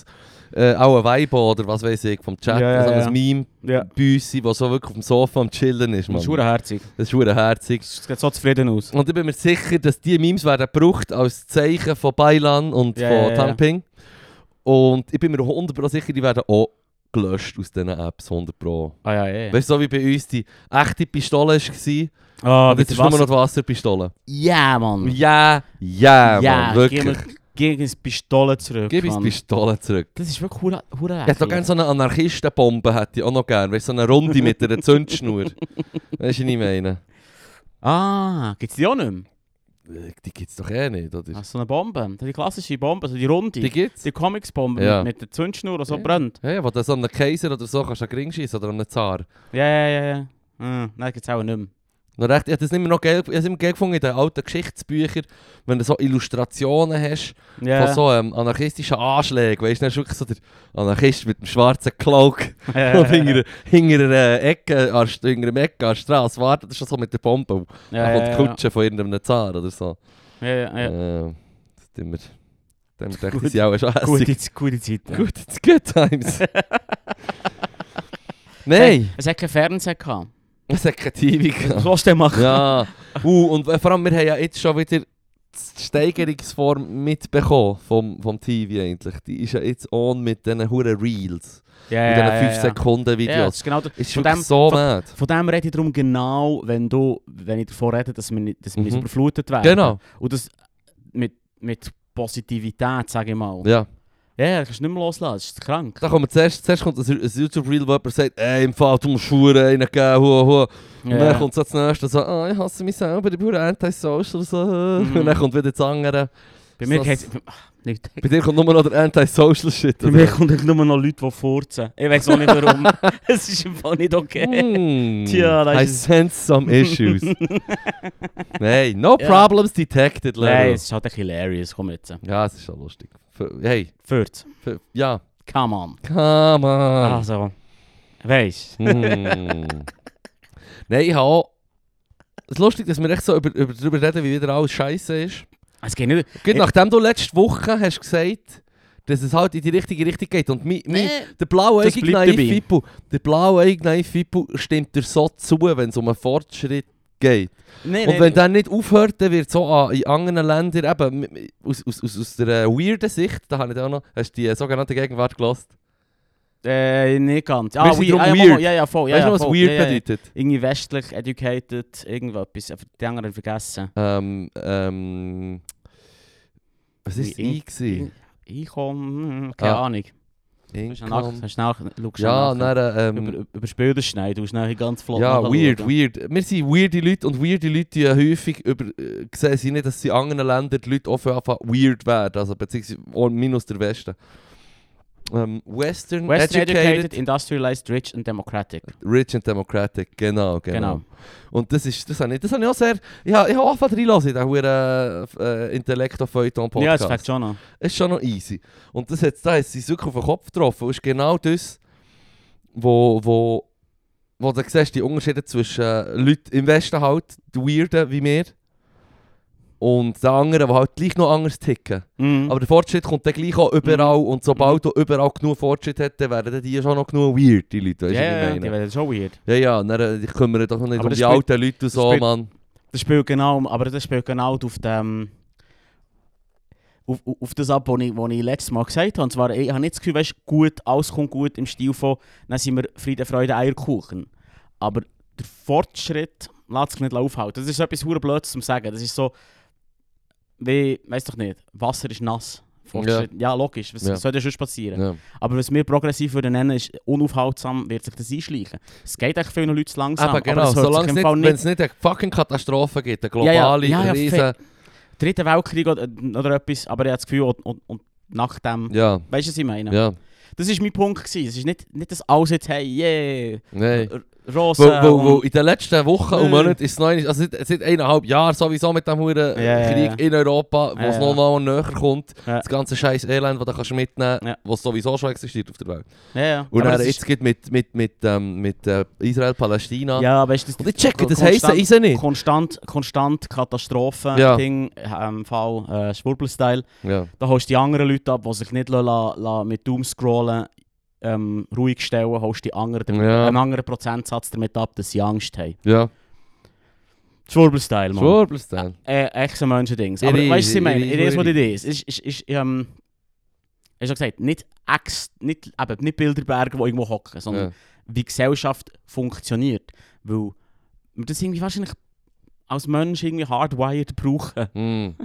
A: äh, auch ein Weibo oder was weiß ich, vom Chat.
B: Ja, ja,
A: so ein
B: ja.
A: Meme
B: Ja,
A: bei uns, das so wirklich auf dem Sofa am Chillen ist.
B: das ist
A: Mann.
B: verdammt herzig.
A: Das ist verdammt herzig.
B: Es sieht so zufrieden aus.
A: Und ich bin mir sicher, dass die Memes werden gebraucht als Zeichen von Bailan und
B: Ja, ja,
A: von
B: ja.
A: Tangping. Und ich bin mir 100% sicher, die werden auch gelöscht aus diesen Apps, 100 Pro.
B: Ah ja, ja.
A: Weißt du, so wie bei uns die echte Pistole war.
B: Ah,
A: und jetzt ist nur noch die Wasserpistole.
B: Ja, Mann.
A: Ja, ja, Mann,
B: gib
A: wirklich.
B: mir- Gib uns die Pistole zurück,
A: Gib uns die
B: Mann.
A: Pistole zurück.
B: Das ist wirklich hurra, hurra
A: Ich hätte auch gerne so eine Anarchistenbombe, hätte ich auch noch gerne. Weißt du, so eine Runde mit einer Zündschnur. weißt du, was ich meine?
B: Ah, gibt's die auch nicht mehr?
A: Äh, Die gibt es doch eh nicht, oder?
B: Ah, so eine Bombe. Die klassische Bombe, also die runde.
A: Die
B: Die,
A: gibt's?
B: Comics-Bombe
A: Ja.
B: mit, mit der Zündschnur, die so
A: Ja.
B: brennt.
A: Ja, wo du so einen Kaiser oder so kannst du an den Ring schießen oder an einen Zar.
B: Ja, ja, ja, ja. Hm, nein, gibt's auch nicht mehr.
A: Noch recht, ich habe das immer noch geil, ich habe es immer geil gefunden in den alten Geschichtsbüchern, wenn du so Illustrationen hast
B: Ja,
A: von so ähm, anarchistischen Anschlägen. Weißt du, dann ist wirklich so der Anarchist mit dem schwarzen Cloak
B: ja,
A: und hinter, hinter einer Ecke, an, hinter einem Ecke an der Straße wartet, das ist so mit der Bombe. dann
B: ja,
A: kommt die
B: ja,
A: Kutsche von irgendeinem Zar oder so.
B: Ja, ja, ja.
A: Ähm, das tun wir, dann denke ich,
B: Gut.
A: die sind auch schon hässig.
B: Gute, gute Zeit. ja.
A: Gut, it's good times. Nein,
B: Es hat kein Fernsehen gehabt.
A: es hat keine TV gehabt.
B: Was willst du denn machen?
A: Ja, uh, und vor allem, wir haben ja jetzt schon wieder die Steigerungsform mitbekommen vom, vom TV eigentlich. Die ist ja jetzt on mit diesen huren Reels,
B: Ja,
A: mit
B: ja,
A: diesen 5
B: ja, ja.
A: Sekunden
B: Ja, das
A: Videos.
B: ist genau der-
A: Es ist
B: von
A: wirklich
B: dem-
A: so
B: von-
A: mad.
B: Von dem rede ich darum genau, wenn du, wenn ich davon rede, dass wir, nicht, dass wir nicht
A: Mhm.
B: überflutet werden.
A: Genau,
B: Und das mit, mit Positivität, sage ich mal.
A: ja.
B: Ja, ja, das kannst du nicht mehr loslassen, das ist krank.
A: Da kommt zuerst, zuerst kommt ein, ein YouTube-Reel, wo jemand sagt, ey, im Fall, du musst Schuhe reingeben, hua, hua. Und dann kommt so das Nächste, so, ah, ich hasse mich selber, ich bin verdammt antisocial, so.
B: Mhm.
A: Und dann kommt wieder das andere.
B: Bei mir
A: das-
B: geht's... Ach, Nicht.
A: Bei dir kommt nur noch der antisocial-Shit.
B: Bei mir kommt eigentlich nur noch Leute, die furzen. Ich weiß auch nicht warum. Es ist im Fall nicht okay.
A: Mm,
B: Tja, da
A: I
B: ist es.
A: sense some issues. hey, no
B: Ja.
A: problems detected,
B: Nein,
A: Lero.
B: es ist halt echt hilarious. Komm jetzt.
A: Ja, es ist schon lustig. Für, hey,
B: Fürth.
A: für, ja,
B: Come on.
A: come on.
B: Also. Weisst
A: Mm. Nein, ich habe auch... Es ist lustig, dass wir echt so über, über, darüber reden, wie wieder alles scheiße ist.
B: Es geht nicht.
A: Gut,
B: Ich-
A: nachdem du letzte Woche hast gesagt, dass es halt in die richtige Richtung geht und mi, mi, Der blaue
B: Äh. Das bleibt dabei.
A: Fippo, der blaue naive Fippo stimmt dir so zu, wenn es um einen Fortschritt geht.
B: Nein,
A: Und wenn der nicht aufhört, dann wird so an, in anderen Ländern, eben mit- mit- aus, aus, aus, aus der äh, weirden Sicht, da habe ich auch noch, hast du die äh, sogenannte Gegenwart gelost?
B: Äh, nicht ganz.
A: Wir sind
B: weird.
A: drum
B: ah, ja,
A: weird.
B: Ja, ja, ja, voll. Oh, Ja,
A: weißt du
B: ja,
A: noch, was
B: voll.
A: weird
B: ja, ja.
A: bedeutet?
B: Irgendwie westlich, educated, irgendwas. Aber die anderen habe ich vergessen.
A: Ähm, ähm, was ist
B: Irgendwie
A: I? gewesen?
B: Irgend- Einkommen, hm, keine
A: Ah.
B: Ahnung. Du schnell, nach,
A: Income.
B: schnell, schau schnell
A: Ja,
B: nach.
A: dann, äh, ähm,
B: über, über Bilder schneiden, du schnell ganz flott
A: ja,
B: nachschauen.
A: weird, weird. Wir sind weirde Leute und weirde Leute die häufig über, äh, sehen sie nicht, dass sie in anderen Ländern die Leute offen anfangen, weird werden. Also beziehungsweise oh, minus der Westen. Ähm, Western,
B: Western educated,
A: educated,
B: industrialized, rich and democratic.
A: rich and democratic. Genau, genau.
B: Genau.
A: Und das ist, das habe ich, das habe ich auch sehr, ich habe, ich habe auch einfach reinlassen in diesen huere, äh, Intellekto-Feuilleton-Podcast.
B: Ja, das fängt schon an.
A: ist schon noch easy. Und das hat da ist sie wirklich auf den Kopf getroffen. Und ist genau das, wo, wo, wo du siehst, die Unterschiede zwischen äh, Leuten im Westen halt, die Weirden wie wir, und den anderen, die halt gleich noch anders ticken.
B: Mhm.
A: Aber der Fortschritt kommt dann gleich auch überall und sobald du überall genug Fortschritt hast, dann werden dann die schon noch genug weird, die Leute, weißt
B: ja,
A: du,
B: ja,
A: was
B: ja,
A: ich
B: die
A: meine?
B: werden schon weird.
A: Ja, ja, dann äh, ich kümmere mich doch noch nicht
B: Aber
A: um
B: das
A: die
B: spielt-
A: alten Leute und so,
B: spielt-
A: Mann.
B: Das spielt genau, aber das spielt genau auf dem... Auf, auf- auf das ab, was ich, was ich letztes Mal gesagt habe. Und zwar, ich habe nicht das Gefühl, weißt, gut, alles kommt gut im Stil von, dann sind wir Friede, Freude, Eierkuchen. Aber der Fortschritt lässt sich nicht aufhalten. Das ist so etwas hure Blödes zu sagen. Das ist so, wie, weiß doch nicht, Wasser ist nass. Fortschritt, ja. logisch, was
A: Ja.
B: was soll denn sonst passieren?
A: Ja.
B: Aber was wir progressiv würden nennen, ist unaufhaltsam wird sich das einschleichen. Es geht echt vielen Leuten zu langsam,
A: Aber genau,
B: aber es hört
A: solange es
B: sich im
A: nicht,
B: Fall
A: wenn
B: nicht.
A: es nicht eine fucking Katastrophe gibt, eine
B: Ja,
A: globale,
B: ja, ja, ja,
A: riesen...
B: fett. Dritter Weltkrieg oder, oder etwas, aber ich habe das Gefühl, und, und, und nach dem...
A: Ja,
B: Weißt du, was ich meine?
A: ja,
B: Das war mein Punkt. gewesen. Es ist nicht, nicht, dass alles jetzt, hey, yeah,
A: nein.
B: r- Rosen
A: Wo, wo, wo
B: und- Äh.
A: in den letzten Wochen
B: Nö.
A: und Monaten ist es noch einmal- also seit, seit eineinhalb Jahren sowieso mit dem huren
B: Ja, ja,
A: Krieg in Europa, wo
B: Ja,
A: es
B: ja.
A: noch mal näher kommt.
B: Ja.
A: Das ganze scheiß Elend, das du kannst mitnehmen
B: Ja.
A: kannst, was sowieso schon existiert auf der Welt.
B: Ja, ja.
A: Und
B: Aber
A: dann
B: das
A: jetzt
B: ist-
A: geht mit, mit, mit, ähm, mit äh, Israel, Palästina.
B: Ja, weißt du,
A: Und ich checke, das
B: konstant-
A: heisst ja Eisen nicht.
B: Konstant, konstant Katastrophen,
A: Ja.
B: Ding, ähm, Fall, äh, Schwurbel-Style.
A: Ja.
B: Da holst du die anderen Leute ab, die sich nicht lassen, lassen, mit Doom scrollen, ähm, ruhig stellen, holst die anderen, damit,
A: Ja.
B: einen anderen Prozentsatz damit ab, dass sie Angst haben.
A: Ja.
B: Schwurbel-Style, Mann.
A: Schwurbelst dann.
B: Äh, echte Menschen-Dings.
A: It
B: Aber
A: is,
B: weißt du, was ich
A: it
B: meine?
A: is
B: It is
A: what
B: what
A: it
B: it is. Ist, ist, ist, ähm, hast du gesagt, nicht Ex, nicht, eben, nicht Bilderberge, die irgendwo hocken, sondern
A: Ja.
B: wie Gesellschaft funktioniert. Weil wir das irgendwie wahrscheinlich als Mensch irgendwie hardwired brauchen.
A: Mm.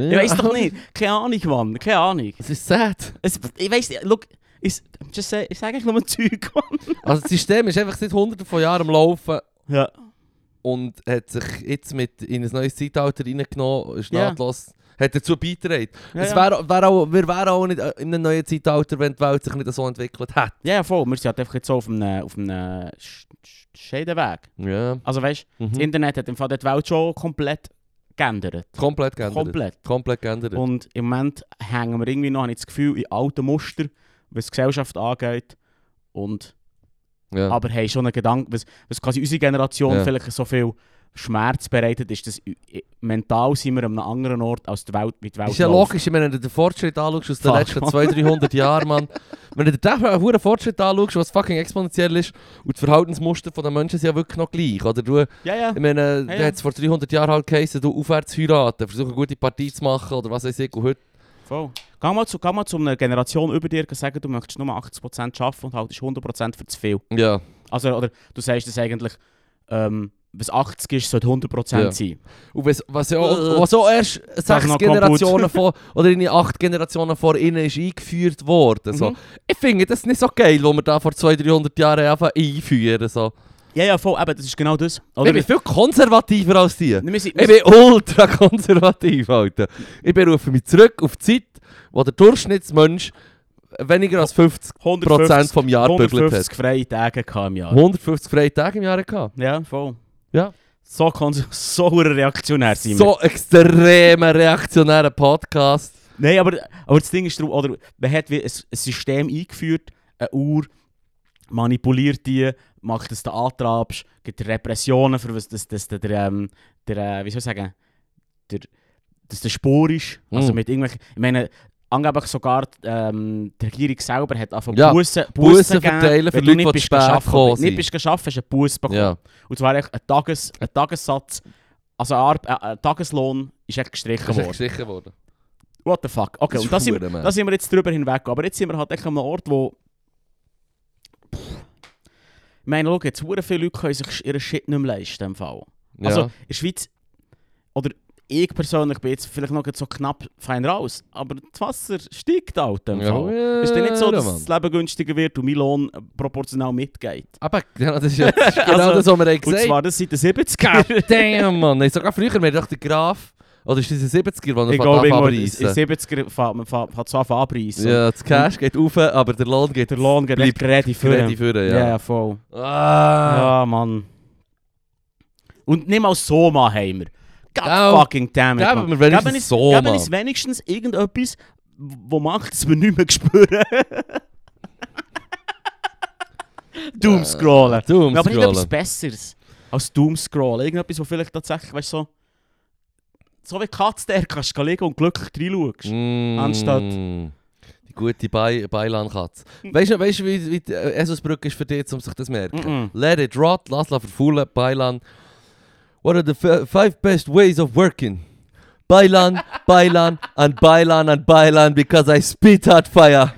B: Ich weiß Hm. doch nicht. Keine Ahnung, Mann. Keine Ahnung.
A: Es ist sad.
B: Es, ich weiß nicht. Look, ich, just say, ich sage eigentlich nur Zeug, Mann.
A: Also das System ist einfach seit hunderten von Jahren am Laufen.
B: Ja.
A: und hat sich jetzt mit in ein neues Zeitalter reingenommen, ist
B: Ja.
A: nahtlos, hat dazu beigetragen.
B: Ja,
A: es
B: ja.
A: wär, wär auch, wir wären auch nicht äh, in einem neuen Zeitalter, wenn die Welt sich nicht so entwickelt hätte.
B: Ja, ja, voll. Wir sind halt einfach jetzt so auf einem, auf einem Sch- Sch- Scheidenweg.
A: Ja,
B: Also weißt du, das
A: mhm.
B: Internet hat im Fall die Welt schon komplett geändert.
A: komplett geändert.
B: Komplett.
A: Komplett geändert.
B: Und im Moment hängen wir irgendwie noch, habe ich das Gefühl, in alten Muster, was die Gesellschaft angeht. Und
A: ja.
B: aber haben schon einen Gedanken, was, was quasi unsere Generation
A: Ja.
B: vielleicht so viel Schmerz bereitet, ist, dass i- i- mental sind wir an einem anderen Ort als die Welt mit Welt.
A: ist ja
B: läuft.
A: logisch, ich meine, wenn du den Fortschritt anschaust aus den
B: Fuck,
A: letzten
B: Mann.
A: 200, 300 Jahren, Mann. Wenn du den hohen Fortschritt anschaust, was fucking exponentiell ist und die Verhaltensmuster der Menschen sind ja wirklich noch gleich. Oder du,
B: Ja, ja.
A: Ich meine,
B: Ja,
A: ja,
B: ja.
A: hat es vor 300 Jahren halt geheißen, du aufwärts heiraten, versuch eine gute Partie zu machen oder was weiß ich. Und heute,
B: Voll. Geh mal, zu, geh mal zu einer Generation über dir und sag, du möchtest nur 80% arbeiten und haltest 100% für zu viel.
A: ja.
B: Also, oder du sagst das eigentlich, ähm, was 80 ist, sollte 100%
A: Ja.
B: sein.
A: Und was, was, ja,
B: Äh,
A: was auch erst sechs
B: noch
A: Generationen vor, oder in die acht Generationen vor ihnen ist eingeführt worden. So.
B: Mhm.
A: Ich finde das nicht so geil, was wir da vor 200, 300 Jahren einfach einführen. So.
B: Ja, ja, Ah, voll, eben, das ist genau dus. Oh, das. Oder?
A: ich bin viel konservativer als die.
B: Wir sind-
A: Ich bin ultra konservativ, Alter. Ich berufe mich zurück auf die Zeit, wo der Durchschnittsmensch weniger als 50%
B: 150,
A: vom Jahr bügelt hat.
B: 150 freie Tage gehabt im
A: Ah.
B: Jahr.
A: 150 freie Tage im Jahr gehabt.
B: Ja, voll.
A: Ja.
B: So, kons- so reaktionär sind wir.
A: So extrem reaktionärer Podcast.
B: Nein, aber, aber das Ding ist darum, oder man hat wie ein, ein System eingeführt, eine Uhr, manipuliert die, macht, dass du antrabst, gibt Repressionen, für was dass, dass der, der, ähm, der, äh, wie soll ich sagen, der, dass der Spur ist. Also
A: Mm.
B: mit irgendwelchen, ich meine, angeblich sogar ähm, die Regierung selber hat angefangen
A: Ja,
B: Bussen,
A: Bussen
B: Bussen gegeben,
A: verteilen für
B: wenn du
A: Leute,
B: nicht
A: die
B: bist
A: zu spät
B: gearbeitet-
A: gekommen sind.
B: Nicht bist geschafft, hast du einen Bus bekommen.
A: Ja.
B: Und zwar echt ein, Tages, ein Tagessatz, also ein, Arb- äh, ein Tageslohn ist echt gestrichen
A: Das ist echt
B: worden.
A: gestrichen worden.
B: What the fuck? Okay,
A: Das
B: und
A: ist
B: da sind,
A: verdammt,
B: wir,
A: man.
B: da sind wir jetzt drüber hinweg. Aber jetzt sind wir halt echt an einem Ort, wo. Ich meine, schau, jetzt hure viele Leute können sich ihren Shit nicht mehr leisten. Im Fall.
A: Ja.
B: Also, in der Schweiz. Oder ich persönlich bin jetzt vielleicht noch so knapp fein raus, aber das Wasser steigt auch. in dem Fall. Ist denn nicht so, dass das Leben günstiger wird und mein Lohn äh, proportional mitgeht?
A: Aber ja, das ist ja das ist genau
B: Also,
A: das, was wir haben
B: Und
A: gesagt
B: zwar das seit den 70er.
A: ah, Damn, Mann. Nein, sogar früher, wir haben gedacht, der Graf, oder ist das ein 70er, der
B: ich
A: noch
B: glaube, irgendwo in
A: abreißen
B: den 70er fängt man fängt- fängt es an zu abreißen.
A: Ja, das Cash geht auf, aber der Lohn geht
B: Der Lohn geht
A: bleibt
B: echt relativ
A: Freddy
B: höher.
A: führen,
B: Ja,
A: ja.
B: ja, voll.
A: Ah,
B: Ja, Mann. Und nicht mal Soma haben wir. God
A: Ja,
B: fucking damn it,
A: geben
B: Mann.
A: wir wenigstens Soma.
B: Geben uns wenigstens irgendetwas, wo macht, dass wir nicht mehr spüren. Doomscrollen.
A: du ums
B: Aber nicht etwas
A: Äh, Scrollen.
B: Besseres als Doomscrollen. Irgendetwas, wo vielleicht tatsächlich, weißt du, so... So wie Katz der kannst du liegen und glücklich reinschaust.
A: Mm,
B: anstatt-
A: Die gute Bei Beilankatze. Weißt du, weißt du, wie, wie die Esosbrücke ist für dich, um sich das zu merken?
B: Mhm.
A: Let it rot, lass la verfaulen, Beilan. What are the fi- five best ways of working? Beilan, Beilan, and Beilan, and Beilan, because I spit hot fire.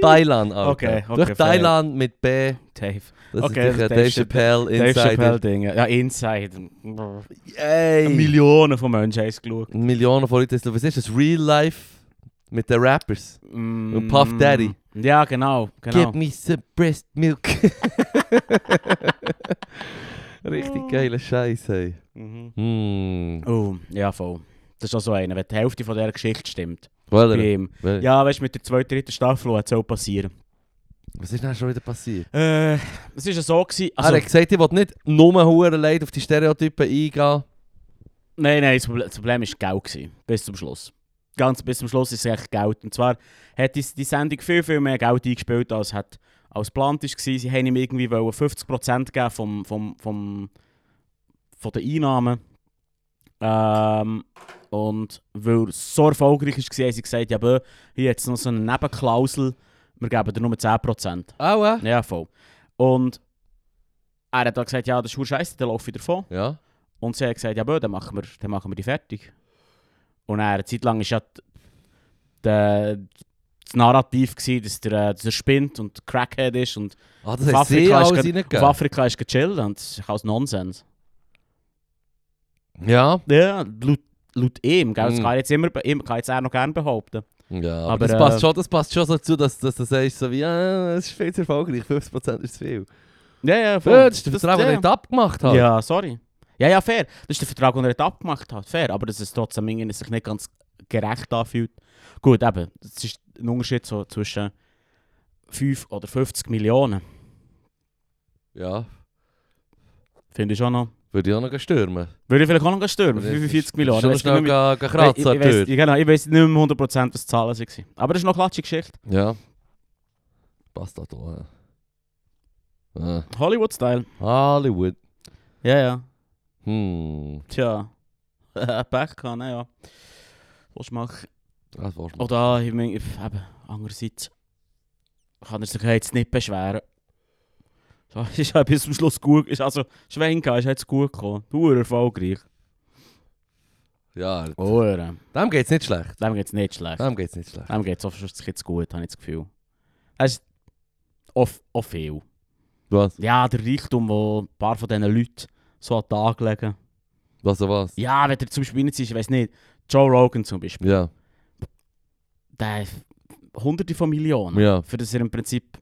A: Beilan, Alter.
B: Okay, okay,
A: Durch
B: fair.
A: Thailand mit B.
B: Dave.
A: Das
B: Okay,
A: ist sicher
B: Dave
A: Dave
B: Chapp-
A: Chappelle,
B: Dave
A: Insider.
B: Chappelle-Dinge. Ja, Inside.
A: Ey.
B: Millionen von Menschen haben es geschaut.
A: Millionen von Leuten. Was ist das? Real Life mit den Rappers.
B: Mm.
A: Und Puff Daddy.
B: Ja, genau. genau.
A: Give me some breast milk. Richtig geile Scheiß, hey.
B: Mhm.
A: Hm.
B: Oh, ja, voll. Das ist auch so einer, wenn die Hälfte von dieser Geschichte stimmt. Bei
A: Well,
B: ihm. Ja, weißt du, mit der zweiten, dritten Staffel hat es auch passieren.
A: Was ist denn schon wieder passiert?
B: Äh, es war ja so, gewesen, also,
A: er hat gesagt, ich will nicht nur hure Leute auf die Stereotypen eingehen.
B: nein, nein, das Proble- das Problem war Geld, gewesen, bis zum Schluss. Ganz bis zum Schluss ist es echt Geld. Und zwar hat die, die Sendung viel, viel mehr Geld eingespielt, als hat als geplant war. Sie haben ihm irgendwie wollen 50% geben vom, vom, vom, von den Einnahmen. Ähm, und weil es so erfolgreich war, haben sie gesagt, ja, bö, hier jetzt noch so eine Nebenklausel, wir geben dir nur 10%.
A: Aua.
B: Ja, voll. Und er hat dann gesagt, ja, das ist scheiße, dann laufe ich davon.
A: Ja.
B: Und sie hat gesagt, ja, bö, dann, machen wir, dann machen wir die fertig. Und er, eine Zeit lang war ja d- d- das Narrativ, gewesen, dass der, äh, dass er spinnt und Crackhead ist und
A: Ah, das
B: auf
A: hat sie
B: Afrika,
A: alles
B: ist grad- auf
A: reingegeben.
B: Afrika ist gechillt und das ist alles Nonsens.
A: Ja.
B: Ja, laut, laut ihm, gell? das
A: Mm.
B: kann, jetzt immer, be- immer, kann jetzt er noch gerne behaupten.
A: Ja, aber,
B: Aber,
A: das, passt
B: äh,
A: schon, das passt schon so dazu, dass, dass du sagst, so wie, äh, es ist viel zu erfolgreich, 50% ist zu viel.
B: Ja, ja,
A: Ja, das ist der Vertrag, den er
B: ja.
A: nicht abgemacht hat.
B: Ja, sorry. Ja, ja, fair. Das ist der Vertrag, den er hat abgemacht hat. Fair. Aber dass es trotzdem irgendwie sich nicht ganz gerecht anfühlt. Gut, eben. Es ist ein Unterschied so zwischen 5 oder 50 Millionen.
A: Ja,
B: Finde ich auch noch.
A: würde ich auch noch stürmen.
B: Würde ich vielleicht auch noch stürmen. 45 Millionen.
A: Schon
B: Weiss ich
A: schnell
B: nicht mehr-
A: gehen- gehen kratzen
B: ich,
A: an
B: ich,
A: die Tür.
B: weiss- ja, genau, ich weiß nicht mehr 100% was die Zahlen waren. Aber das ist noch eine klatsche Geschichte.
A: Ja. Passt da da. ja. Äh,
B: Hollywood-Style.
A: Hollywood.
B: Ja, ja.
A: Hm.
B: Tja. Pech kann, naja. Was mach
A: Das war's mal.
B: Oder ich meine, ich- eben, andererseits kann er sich ja jetzt nicht beschweren. So, es ist ja bis zum Schluss gut, ist also Schwenka ist jetzt gut gekommen. Hure erfolgreich.
A: Ja,
B: Hure.
A: dem geht's nicht schlecht.
B: Dem geht's nicht schlecht.
A: Dem geht's nicht schlecht.
B: Dem geht's offensichtlich jetzt gut, habe ich das Gefühl. Es ist oft, oft viel.
A: Was?
B: Ja, der Reichtum, den ein paar von diesen Leuten so an den Tag legen.
A: Was so was?
B: Ja, wenn der zum Beispiel nicht ist, ich weiß nicht, Joe Rogan zum Beispiel,
A: Ja.
B: der hat hunderte von Millionen.
A: Ja.
B: für das er im Prinzip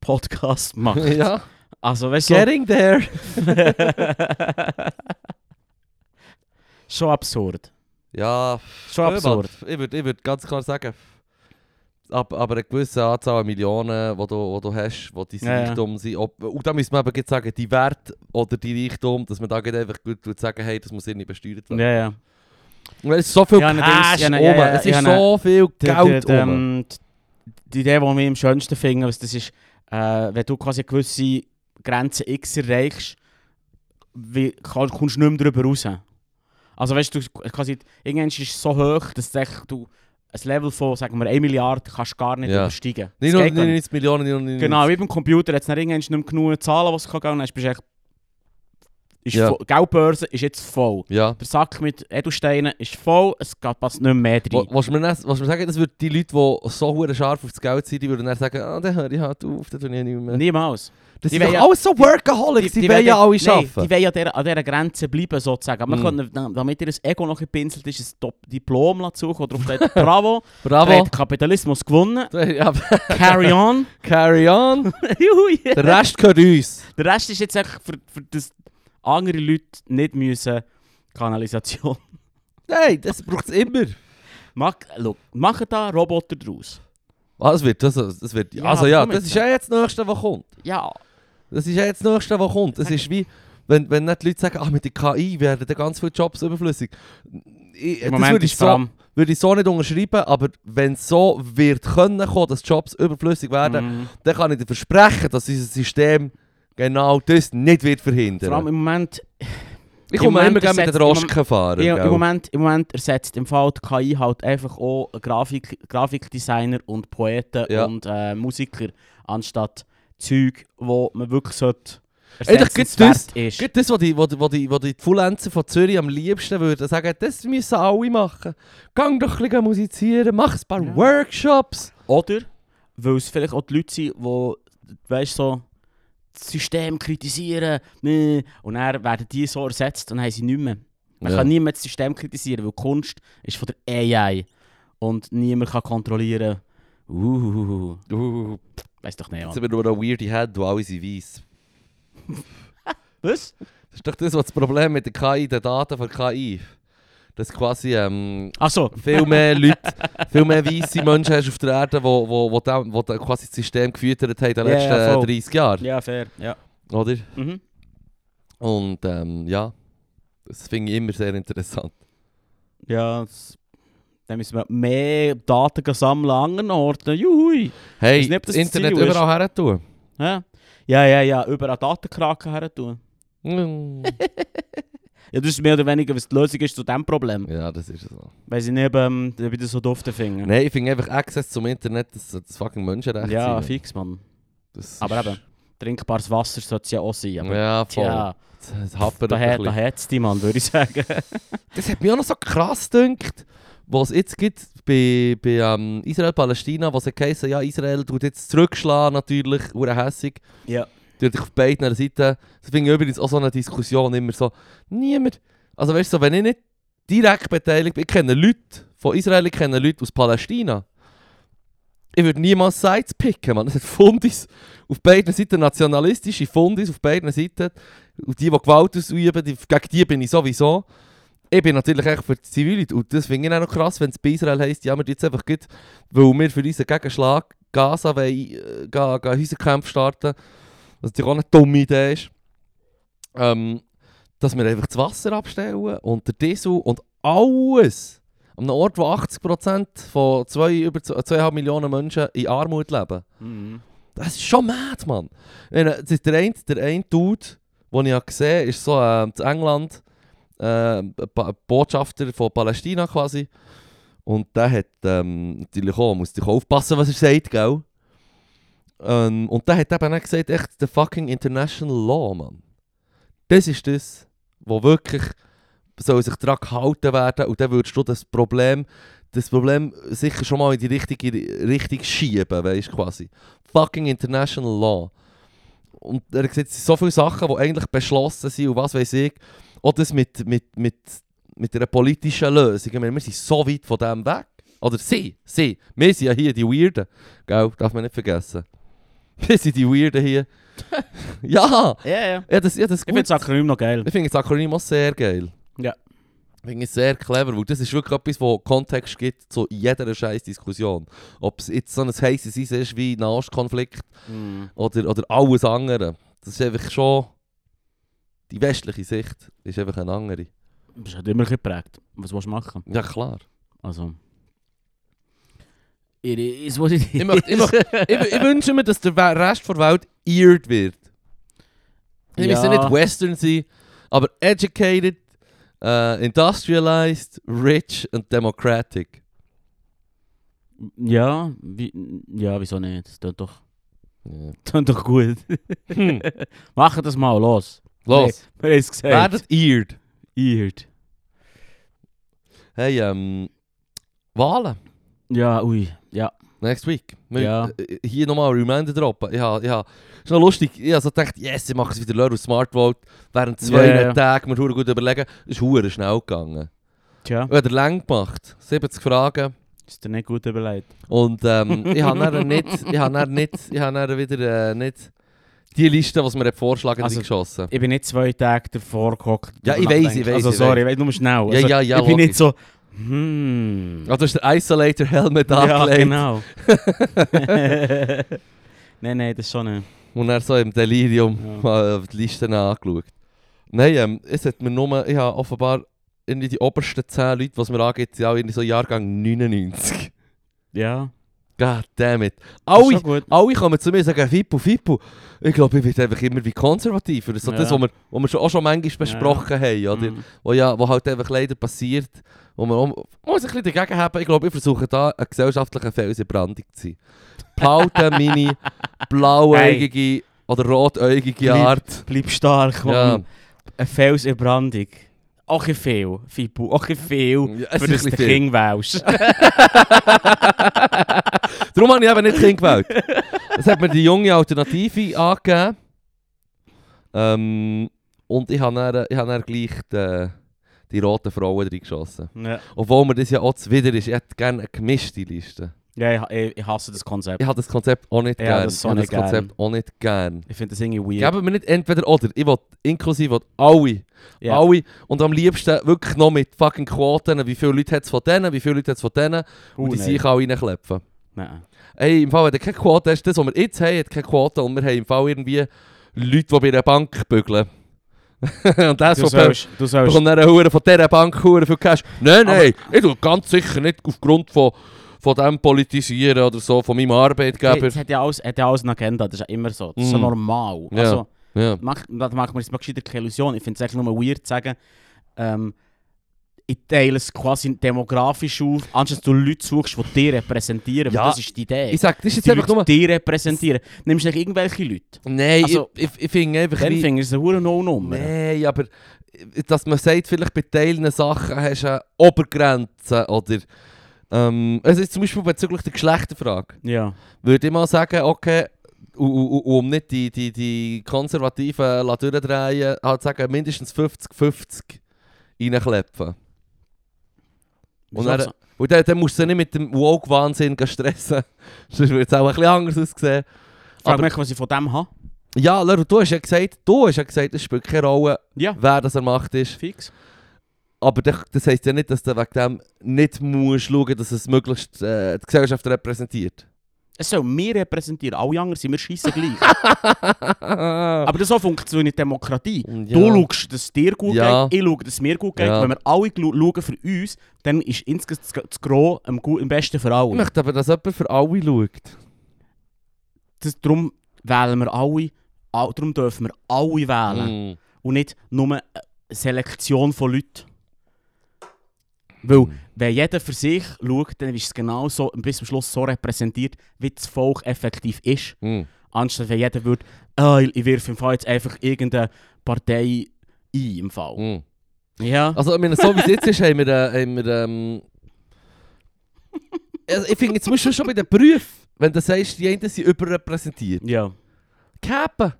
B: Podcast macht.
A: Ja.
B: Also weißt du.
A: Getting there.
B: Schon absurd.
A: Ja.
B: Schon absurd.
A: Ich würde ich würd ganz klar sagen, ab, aber eine gewisse Anzahl an Millionen, die du, wo du hast, die dein
B: Ja, ja.
A: Reichtum sind. Ob, und da müssen wir eben gleich sagen, die Wert oder die Reichtum, dass man da gleich einfach gut tut sagen, hey, das muss irgendwie besteuert werden.
B: Ja, ja.
A: Weil Es ist so viel
B: Ja, allerdings,
A: Cash
B: ja, ne-
A: oben.
B: ja, ja,
A: es ist
B: ja, ne-
A: so viel Geld
B: die,
A: oben.
B: ähm, die Idee, die wir am schönsten finden, was das ist, äh, wenn du quasi eine gewisse Grenze X erreichst, wie, kann, kommst du nicht mehr darüber raus. Also weißt du, quasi, irgendwann ist es so hoch, dass du, echt- du ein Level von, sagen wir, 1 Milliarde kannst gar nicht
A: Ja.
B: übersteigen. Das
A: Nicht nur
B: geht gar nicht.
A: 99 Millionen, nicht nur 99.
B: Genau, wie beim Computer. Jetzt nicht irgendwann nicht mehr genug Zahlen, was es kann gehen. Dann bist du echt Ist
A: Ja.
B: voll, die Geldbörse ist jetzt voll.
A: Ja.
B: Der Sack mit Edelsteinen ist voll, es geht- passt nicht mehr rein.
A: Wo- Was mir, dann- was mir sagen, das würden die Leute, die so hure scharf auf das Geld sind, die würden dann sagen, ah, dann höre ich halt auf, dann tue ich nicht mehr.
B: Niemals.
A: Das
B: Die
A: sind doch
B: wollen ja-
A: alles so Workaholics, die, wollen ja alle arbeiten.
B: die wollen ja der, an dieser Grenze bleiben, sozusagen. Aber
A: Mm.
B: man könnte, damit ihr das Ego noch gepinselt ist, ein Top- Diplom dazu, wo drauf steht, bravo, ihr
A: Bravo.
B: habt Kapitalismus gewonnen,
A: Ja,
B: carry on.
A: carry on.
B: Juhu, yeah.
A: Der Rest gehört uns.
B: Der Rest ist jetzt einfach, für, für das andere Leute nicht müssen Kanalisation.
A: Nein, das braucht es immer.
B: Mach, schau, machen da Roboter draus.
A: Ah, das wird, das, das wird,
B: Ja,
A: also ja,
B: komm
A: das
B: jetzt.
A: ist ja jetzt das Nächste, um. was kommt.
B: Ja.
A: Das ist ja jetzt das Nächste, was kommt. Das ist wie, wenn, wenn nicht die Leute sagen, ah, mit der KI werden dann ganz viele Jobs überflüssig. Ich, das
B: Im Moment
A: würde ich,
B: ist vor
A: so,
B: allem...
A: würde ich so nicht unterschreiben, aber wenn es so wird können kommen, dass Jobs überflüssig werden,
B: Mhm.
A: dann kann ich dir versprechen, dass unser System genau das nicht wird verhindern.
B: Vor allem im Moment,
A: ich
B: im
A: komme
B: Moment
A: immer gerne mit
B: ersetzt-
A: den Roschken fahren.
B: im, im
A: gell?
B: Moment, im Moment ersetzt im Fall die KI halt einfach auch Grafik, Grafikdesigner und Poeten
A: Ja.
B: und äh, Musiker anstatt Zeug, wo man wirklich sollte
A: Ey, doch, gibt's das-
B: ersetzenswert ist.
A: Gut, das, was die, was die, was die, was die Fullenzer von Zürich am liebsten würden sagen, das müssen alle machen. Gang doch ein bisschen musizieren, mach ein paar
B: Ja.
A: Workshops.
B: Oder, weil es vielleicht auch die Leute sind, die, weißt so, das System kritisieren, meh, und dann werden die so ersetzt und dann haben sie nicht mehr. Man
A: Ja.
B: kann niemand das System kritisieren, weil Kunst ist von der AI und niemand kann kontrollieren. Uh,
A: Uh,
B: weiß doch nicht.
A: jetzt
B: Mann.
A: sind wir nur noch weirde Head, die alle sind weiss.
B: Was?
A: Das ist doch das, was das Problem mit der KI, den Daten von KI. Dass quasi ähm,
B: Achso,
A: viel mehr Leute, viel mehr weisse Menschen hast auf der Erde, die wo, wo, wo, dem- wo dem quasi das System gefüttert haben in den
B: Ja,
A: letzten
B: ja, voll.
A: 30 Jahren.
B: ja, fair. Ja.
A: Oder?
B: Mhm.
A: Und ähm, ja, das finde ich immer sehr interessant.
B: Ja, das, dann müssen wir mehr Daten sammeln an anderen Orten. Juhui!
A: Hey,
B: Ich weiß nicht, ob
A: das
B: das das
A: Internet
B: Ziel ist.
A: überall her tun.
B: Ja, ja, ja, ja. überall Datenkraken her tun.
A: Mm.
B: Ja, das ist mehr oder weniger, was die Lösung ist zu diesem Problem.
A: ja, das ist so.
B: Weil sie nicht, ähm, ob ich das so doof finde.
A: Nein, ich finde einfach Access zum Internet, das, das fucking Menschenrecht
B: ja,
A: sein.
B: fix, Mann.
A: Das
B: Aber
A: ist-
B: eben, trinkbares Wasser sollte es ja auch sein. Aber
A: Ja, voll.
B: tja,
A: Das, das happert ein
B: daher,
A: bisschen.
B: daher hat's die, Mann, würde ich sagen.
A: Das hat mich auch noch so krass gedacht, was es jetzt gibt bei, bei ähm, Israel-Palästina, was hat geheißen, ja, Israel tut jetzt zurückschlagen natürlich, hure hässig.
B: ja.
A: Tut auf beiden Seiten. Das finde ich übrigens auch so eine Diskussion immer so, niemand, also weißt du, so, wenn ich nicht direkt beteiligt bin, ich kenne Leute von Israel, ich kenne Leute aus Palästina. Ich würde niemals Sides picken, man. Es hat Fundis auf beiden Seiten, nationalistische Fundis auf beiden Seiten. Und die, die Gewalt ausüben, die, gegen die bin ich sowieso. Ich bin natürlich echt für die Zivilleute und das finde ich auch noch krass, wenn es bei Israel heisst, ja, wir tun jetzt einfach gut, weil wir für unseren Gegenschlag Gaza wollen, äh, ga- ga Häuserkämpfe starten, was natürlich auch eine dumme Idee ist, ähm, dass wir einfach das Wasser abstellen und der Diesel und alles an einem Ort, wo 80% von zwei, über zwei- 2,5 Millionen Menschen in Armut leben.
B: Mhm.
A: Das ist schon mad, Mann. Wenn, äh, Das ist der eine, der eine Dude, den ich habe gesehen habe, ist so ähm, in England, äh, Ba- Botschafter von Palästina quasi. Und der hat ähm, natürlich auch, muss dich aufpassen, was er sagt, gell? Ähm, und der hat eben auch gesagt, echt, the fucking international law, Mann. Das ist das, wo wirklich soll sich daran gehalten werden und dann würdest du das Problem, das Problem sicher schon mal in die richtige Richtung schieben, weißt du, quasi fucking international law. Und er hat gesagt, es sind so viele Sachen, die eigentlich beschlossen sind und was weiß ich. Auch das mit, mit, mit, mit einer politischen Lösung. Ich meine, wir sind so weit von dem weg. Oder sie, sie. Wir sind ja hier die Weirden. Gell, darf man nicht vergessen. Wir sind die Weirden hier. ja,
B: Ja, ja.
A: ja, das, ja, das ist
B: Ich
A: gut.
B: finde das Akronym noch geil.
A: Ich finde das Akronym auch sehr geil.
B: Ja.
A: Ich finde es sehr clever, weil das ist wirklich etwas, wo Kontext gibt zu jeder scheiß Diskussion. Ob es jetzt so ein heißes Eisen ist wie Nahostkonflikt
B: Mhm.
A: oder, oder alles andere. Das ist einfach schon... Die westliche Sicht ist einfach eine andere.
B: Du bist halt immer geprägt. Was willst du machen?
A: Ja klar.
B: Also. It is what it is.
A: Ich möchte- ich möchte- ich, ich wünsche mir, dass der We- Rest der Welt irrt wird. Ich
B: Ja.
A: ja. nicht western sein, aber educated, äh, industrialized, rich and democratic.
B: ja, wie, ja, wieso nicht? Das tut doch,
A: Ja.
B: tut doch gut.
A: Hm.
B: Mach das mal los.
A: Los,
B: Wir haben es gesagt.
A: werdet eared.
B: Weird.
A: Hey, ähm, Wahlen.
B: Ja, ui. Ja.
A: Next week. Wir,
B: Ja.
A: äh, Hier nochmal ein Reminder droppen. Ja, ja. Ist noch lustig. Ich habe so gedacht, yes, ich mache es wieder Leru Smart Vote. Während zwei
B: Ja, ja.
A: Tagen mir verdammt gut überlegen. Ist hure schnell nou gegangen.
B: Tja,
A: Ich habe lang gemacht. 70 Fragen.
B: ist dir nicht gut überlegt.
A: Und ähm, ich habe dann nicht, ich habe dann nicht, ich habe dann wieder äh, nicht die Liste, die mir vorschlagen
B: Also,
A: also, geschossen.
B: Ich bin nicht zwei Tage davor gehockt.
A: Ja, ich
B: drüber
A: weiss,
B: nachdenkt.
A: ich weiss,
B: Also,
A: ich
B: sorry, ich weiss nur schnell. Also,
A: ja, ja,
B: Ich bin
A: logisch.
B: nicht so, hm.
A: Also ist der Isolator Helmet
B: ja,
A: angelegt
B: genau. nein, nein, das ist schon nicht.
A: und er so im Delirium
B: Ja.
A: mal auf die Liste angeschaut. Nein, ähm, es hat mir nur, ich habe offenbar irgendwie die obersten 10 Leute, was mir angeht, sind auch irgendwie so Jahrgang 99.
B: Ja,
A: God damn it.
B: das ist
A: Alle,
B: schon gut.
A: alle kommen zu mir und sagen, Fippo, Fippo. Ich glaube, ich werde einfach immer wie konservativer. So
B: Ja.
A: das, was wir, was wir schon, auch schon manchmal besprochen haben, oder?
B: Mhm.
A: wo ja, wo halt einfach leider passiert, wo man auch- muss ein bisschen dagegen haben. Ich glaube, ich versuche da einen gesellschaftlichen Fels in Brandung zu sein. Pauten meine blauäugige oder rotäugige
B: Bleib-
A: Art.
B: Bleib stark,
A: Ja.
B: Mann. Ein Fels in Brandung. Auch ein viel, Fibu, auch ein viel.
A: Ja, es
B: Für
A: ist
B: das
A: ein bisschen
B: du King wählst.
A: Darum habe ich eben nicht Kind gewählt. Es hat mir die junge Alternative angegeben. Ähm, und ich habe dann, ich habe dann gleich die, die roten Frauen reingeschossen.
B: Ja,
A: Obwohl mir das ja auch zuwider ist. Ich hätte gerne eine gemischte Liste.
B: ja ich, ich- ich hasse das Konzept.
A: Ich habe das Konzept auch nicht
B: Ja,
A: gern.
B: das
A: Ich
B: so
A: habe das
B: nicht gern.
A: Konzept auch nicht gern.
B: Ich finde das irgendwie weird.
A: Geben mir nicht entweder oder. Ich will inklusive will alle.
B: Ja.
A: Alle. Und am liebsten wirklich noch mit fucking Quoten. Wie viele Leute hat es von denen, wie viele Leute hat es von denen.
B: Uh,
A: und die
B: nein.
A: sich alle reinklepfen.
B: Nein.
A: Ey, im Fall, wenn du keine Quote hast, das, was wir jetzt haben, hat keine Quote. Und wir haben im Fall irgendwie Leute, die bei einer Bank bügeln. und das
B: Du
A: von bekommt
B: sollst, du sollst.
A: dann eine Hure von dieser Bank Hure viel Cash. Nein, nein, ich tue ganz sicher nicht aufgrund von, von dem Politisieren oder so, von meinem
B: Ja,
A: Arbeitgeber.
B: Es hat ja alles, hat ja alles eine Agenda, das ist ja immer so. Das ist so
A: Mm.
B: normal.
A: Ja.
B: Also,
A: Ja.
B: macht, das macht mir jetzt mal gescheiter keine Illusion. Ich finde es eigentlich nur weird zu sagen, ähm, ich teile es quasi demografisch auf, anstatt du Leute suchst, die dich repräsentieren.
A: Ja.
B: Ja. Das ist die Idee.
A: Ich sag, das ist jetzt
B: die
A: einfach
B: Leute
A: nur...
B: dich repräsentieren. Nimmst du nicht irgendwelche Leute?
A: Nein,
B: Also-
A: ich, ich, ich finde einfach...
B: Dann
A: wie-
B: finde ich es eine hohe No-Nummer.
A: Nein, aber äh, dass man sagt, vielleicht bei Teilen Sachen hast du eine Obergrenze oder ähm, es ist zum Beispiel bezüglich der Geschlechterfrage.
B: Ja.
A: Würde ich mal sagen, okay, u- u- u- um nicht die, die, die konservativen la durchdrehen, halt sagen, mindestens 50-50 reinklepfen. Und
B: Wieso
A: dann- Und dann, dann musst du sie nicht mit dem Woke-Wahnsinn gehen stressen. Sonst würde es auch ein bisschen anders aussehen.
B: Frag
A: aber-
B: mich, was ich von dem habe.
A: Ja, Leru, du hast ja gesagt, du hast ja gesagt, es spielt keine Rolle,
B: Ja,
A: wer das er macht ist.
B: fix.
A: Aber das, das heisst ja nicht, dass du wegen dem nicht musst schauen, dass es möglichst äh, die Gesellschaft repräsentiert.
B: Es soll mich repräsentieren. Alle anderen sind wir scheiße gleich.
A: Aber
B: Aber das so funktioniert Demokratie.
A: ja.
B: Du schaust, dass es dir gut
A: Ja.
B: geht, ich schaue, dass es mir gut geht.
A: Ja.
B: Wenn wir alle glu- schauen für uns, dann ist insgesamt das- das Gros am, gu- am besten für
A: Ich
B: alle.
A: möchte aber, dass jemand für alle schaut.
B: Das, darum wählen wir alle, all, darum dürfen wir alle wählen.
A: Mm.
B: Und nicht nur eine Selektion von Leuten. Weil,
A: Mhm.
B: wenn jeder für sich schaut, dann ist es genau so, bis zum Schluss so repräsentiert, wie das Volk effektiv ist.
A: Mm.
B: Anstatt wenn jeder würde, ah, ich, ich wirf im Fall jetzt einfach irgendeine Partei ein im Fall.
A: Mm.
B: Ja.
A: Also, ich meine, so wie es jetzt ist, haben wir. Äh, haben wir ähm, also, ich finde, jetzt musst du schon bei den Berufen, wenn du sagst, die einen sind überrepräsentiert.
B: Ja.
A: Capen!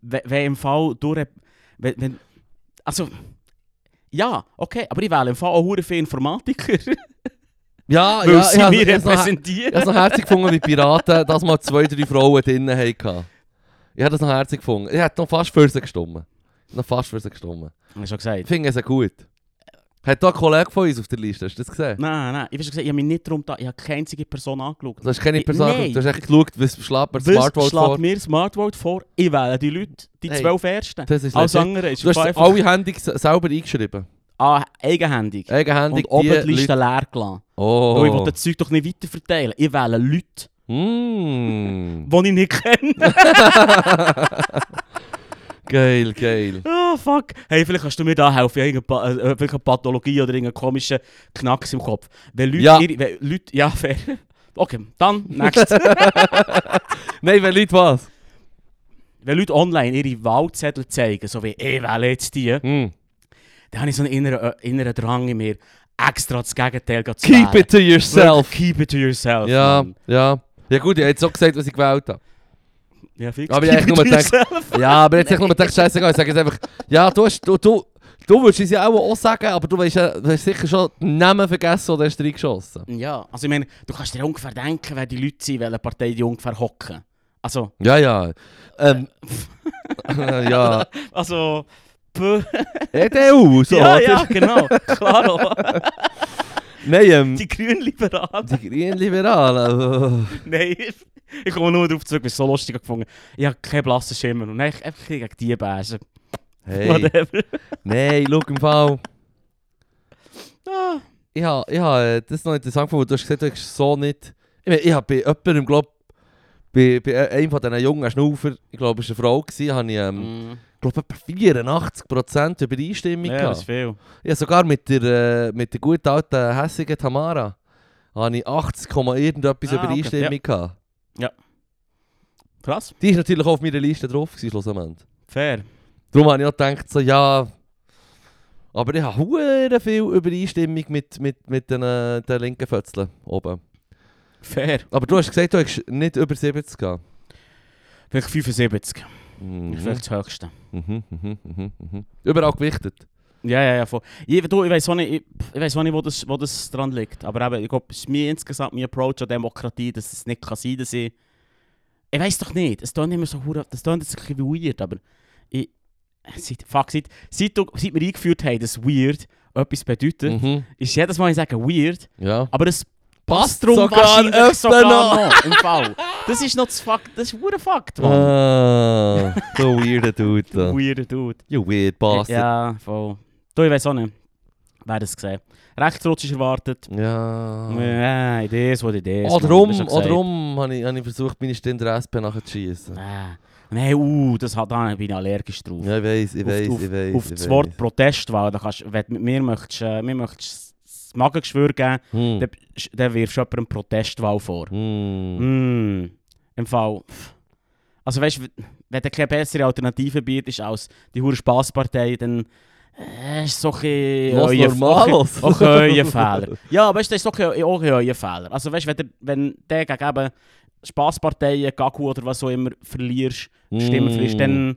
B: Wenn wenn im Fall durch. Wenn, wenn, also. Ja, okay, aber ich wähle im Fall auch hure viele Informatiker.
A: Ja,
B: weil
A: Ah, ja, also,
B: sie
A: ich habe
B: mich
A: es noch, ich
B: repräsentieren.
A: hab's noch herzig gefunden, wie Piraten dass mal zwei, drei Frauen drin hatten. Ich habe das noch herzig gefunden. Ich hätte noch fast für sie gestimmt. Noch fast für sie gestimmt.
B: Hast du schon
A: Ich
B: gesagt?
A: finde es gut. Hat da ein Kollege von uns auf der Liste, hast du das gesehen?
B: Nein, nein, ich habe schon gesagt, ich habe mich nicht darum da, ich habe keine einzige Person angeschaut.
A: Du hast keine Person,
B: Nein.
A: du hast echt geschaut, was schlägt mir
B: Was
A: Smartphone
B: schlägt
A: vor.
B: mir Smartvote vor? Ich wähle die Leute, die
A: Hey,
B: zwölf Ersten.
A: Das ist
B: Alles
A: legit.
B: andere ist
A: Du hast
B: einfach
A: alle Handy selber eingeschrieben.
B: ah, eigenhändig.
A: Eigenhändig
B: Und oben die
A: die
B: Liste leer gelassen.
A: Oh.
B: Weil ich will das Zeug doch nicht weiter verteilen. Ich wähle Leute,
A: Mm.
B: die ich nicht kenne.
A: Geil, geil.
B: Ah, fuck. Hey, vielleicht kannst du mir da helfen. Ich habe irgendeine Pa- äh, vielleicht eine Pathologie oder irgendeinen komischen Knacks im Kopf. Wenn Leute...
A: Ja.
B: ihre- wenn Leute ja, fair. Okay, dann, next.
A: Nein, wenn Leute was?
B: wenn Leute online ihre Wahlzettel zeigen, so wie ich wähle jetzt die,
A: Hm.
B: dann habe ich so einen inneren, äh, inneren Drang in mir, extra das Gegenteil zu
A: Keep
B: wählen.
A: it to yourself.
B: Wirklich, Keep it to yourself.
A: Ja,
B: Mann.
A: ja. Ja gut, ich habe jetzt auch gesagt, was ich gewählt habe.
B: ja fix.
A: Aber ich
B: keep
A: hab
B: it
A: nur
B: to
A: gedacht-
B: yourself.
A: Ja, aber jetzt habe ich mir gedacht, scheißegal, ich sage jetzt einfach, ja, du hast, du, du, du würdest es ja auch, auch sagen, aber du, weißt, ja- du hast sicher schon den Namen vergessen oder hast reingeschossen.
B: Ja, also ich meine, du kannst dir ungefähr denken, wer die Leute sind, welche Partei die ungefähr hocken. Also,
A: Ja, ja. Ähm, ja,
B: also, pö.
A: EDU, so,
B: ja,
A: oder?
B: ja, genau, klar.
A: Nein, ähm,
B: Die Grünliberalen.
A: die Grünliberalen, äh,
B: Nein, ich komme nur darauf zurück, weil es so lustig gefunden Ich habe keinen blassen Schimmer und ich einfach gegen die Bäse.
A: hey,
B: Whatever.
A: nein, schau im Fall.
B: Ah,
A: Ich habe, ich habe das ist noch interessant gefunden, weil du hast gesagt, du hast so nicht... Ich meine, ich habe bei jemandem, glaube bei, bei einem von diesen jungen Schnaufer, ich glaube, es war eine Frau, gewesen, habe ich... Ähm,
B: mm.
A: glaube etwa 84% Übereinstimmung
B: Ja, das ist
A: gehabt.
B: viel.
A: Ja, sogar mit der, äh, mit der guten alten hässigen Tamara habe ich 80, Komma irgendetwas
B: Ah, okay,
A: Übereinstimmung
B: ja.
A: gehabt.
B: Krass,
A: Die ist natürlich auch auf meiner Liste drauf gewesen, schlussendlich.
B: fair.
A: Darum habe ich auch gedacht, so, ja... Aber ich habe hure viel Übereinstimmung mit, mit, mit den, äh, den linken Fötzeln oben.
B: Fair.
A: Aber du hast gesagt, du hast nicht über 70 gehabt.
B: Vielleicht 75.
A: Mhm.
B: Vielleicht das Höchste.
A: Mhm, mhm, mhm, mhm. Überall gewichtet.
B: Ja, ja, ja. Voll. Ich, du, ich weiß auch nicht, ich, ich weiss auch nicht wo, das, wo das dran liegt. Aber eben, ich glaube, es ist mir insgesamt mein Approach an Demokratie, dass es nicht kann sein dass ich. Ich weiß doch nicht. Es klingt immer so hure- Das klingt jetzt ein bisschen weird, aber. Ich, seit, fuck, seit, seit, du- seit wir eingeführt haben, dass weird etwas bedeutet,
A: Mhm.
B: ist jedes Mal, ich sage weird,
A: Ja.
B: aber es passt
A: drum
B: drum wahrscheinlich sogar
A: noch.
B: noch. Im Fall. Das ist noch das Fuck, das ist ein Fakt,
A: Eh,
B: Mann.
A: Ah, so weirder Dude. da.
B: Weirder Dude.
A: You weird bastard. Ja.
B: Ja, voll. Du, ich weiß auch nicht. Wer das gesehen. Rechtsrutsch ist erwartet.
A: Ah.
B: Ja, it is what it is.
A: Oh,
B: Mann,
A: darum,
B: das
A: oh,
B: ist ja gesagt.
A: darum habe ich, habe ich versucht, meine Stimme der SP nachzuschießen.
B: Ah. Nein, uh, das hat, da bin ich allergisch drauf.
A: Ja, ich weiß, ich
B: Auf-
A: weiß,
B: auf-
A: ich weiß.
B: Auf
A: ich
B: das
A: weiss.
B: Wort Protestwahl, da kannst, wenn du mit mir möchtest, äh, mir möchtest das Magengeschwür geben,
A: Hm.
B: dann, dann wirfst du jemandem Protestwahl vor.
A: Hm.
B: Mm. Im Fall. pff. Also weißt du, wenn du keine bessere Alternative bietest als die hure Spaßpartei, dann äh, ist so ein bisschen
A: Was
B: euer-
A: Normales?
B: auch euer Fehler. Ja, weißt du, das ist doch auch auch euer Fehler. Also weißt du, wenn, der- wenn der gegen eben Spaßparteien, Gaku oder was auch immer verlierst,
A: Mm.
B: Stimmen verlierst, dann,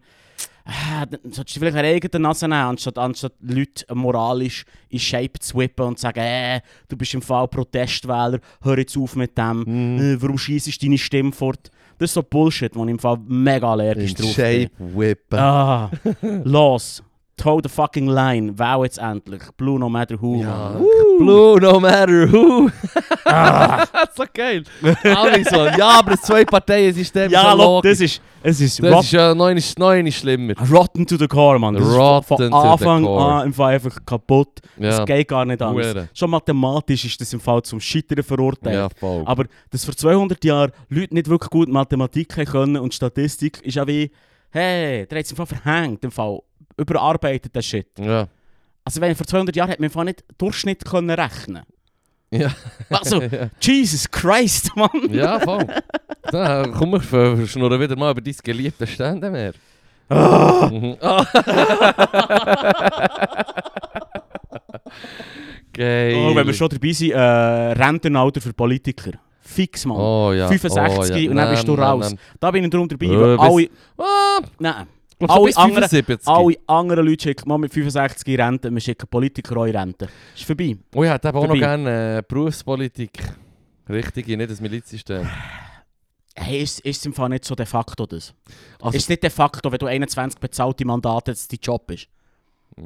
B: äh, dann solltest du vielleicht eine eigene Nase nehmen, anstatt, anstatt Leute moralisch in Shape zu whippen und zu sagen, äh, du bist im Fall Protestwähler, hör jetzt auf mit dem,
A: Mm.
B: äh, warum schießt deine Stimme fort? Das ist so Bullshit, wo ich im Fall mega allergisch
A: In
B: drauf
A: shape whippen.
B: Ah, los, toe the fucking line, wow jetzt endlich, blue no matter who.
A: Ja,
B: Mann. Woo.
A: Blue, no matter who.
B: Ah.
A: das ist so geil. Alles so. Ja, aber das Zwei-Parteien-System
B: Ja,
A: ist
B: look,
A: logisch.
B: das ist, es ist,
A: Das
B: rot-
A: ist ja noch einmal- noch einmal schlimmer.
B: rotten to the core, Mann. Das ist
A: Rotten
B: von- von
A: to the
B: Anfang
A: core.
B: an im Fall einfach kaputt.
A: Ja.
B: Das geht gar nicht anders.
A: Hure.
B: Schon mathematisch ist das im Fall zum Scheitern verurteilt.
A: Ja, voll.
B: Aber dass vor 200 Jahren Leute nicht wirklich gut Mathematik haben können und Statistik ist ja wie, hey, der hat es im Fall verhängt, im Fall überarbeitet der Shit.
A: Ja.
B: Also wenn vor 200 Jahren hat man im Fall nicht Durchschnitt können rechnen.
A: Ja.
B: Also, Jesus Christ, Mann.
A: Ja, voll. Da, komm, wir ver- schnurren wieder mal über dein geliebtes Ständemeer. Mhm. Ah. Geil.
B: Oh, wenn wir schon dabei sind, äh, Rentenalter für Politiker. Fix, Mann.
A: Oh, ja.
B: 65
A: oh, ja.
B: und dann bist du
A: Nein, nein,
B: raus.
A: nein.
B: Da bin ich darum dabei.
A: Ja,
B: weil
A: bis-
B: alle,
A: Ah,
B: nein,
A: ich glaub, so
B: Alle
A: bis
B: anderen-
A: 75.
B: alle anderen Leute schicken mal mit 65 in Rente, wir schicken Politiker auch in Rente. Ist vorbei.
A: Oh, ich hätte eben auch noch
B: Vorbei.
A: gerne äh, Berufspolitik. Richtige, nicht das Milizsystem.
B: Hey, ist, ist es im Fall nicht so de facto das?
A: Also-
B: ist es nicht de facto, wenn du 21 bezahlte Mandate jetzt dein Job ist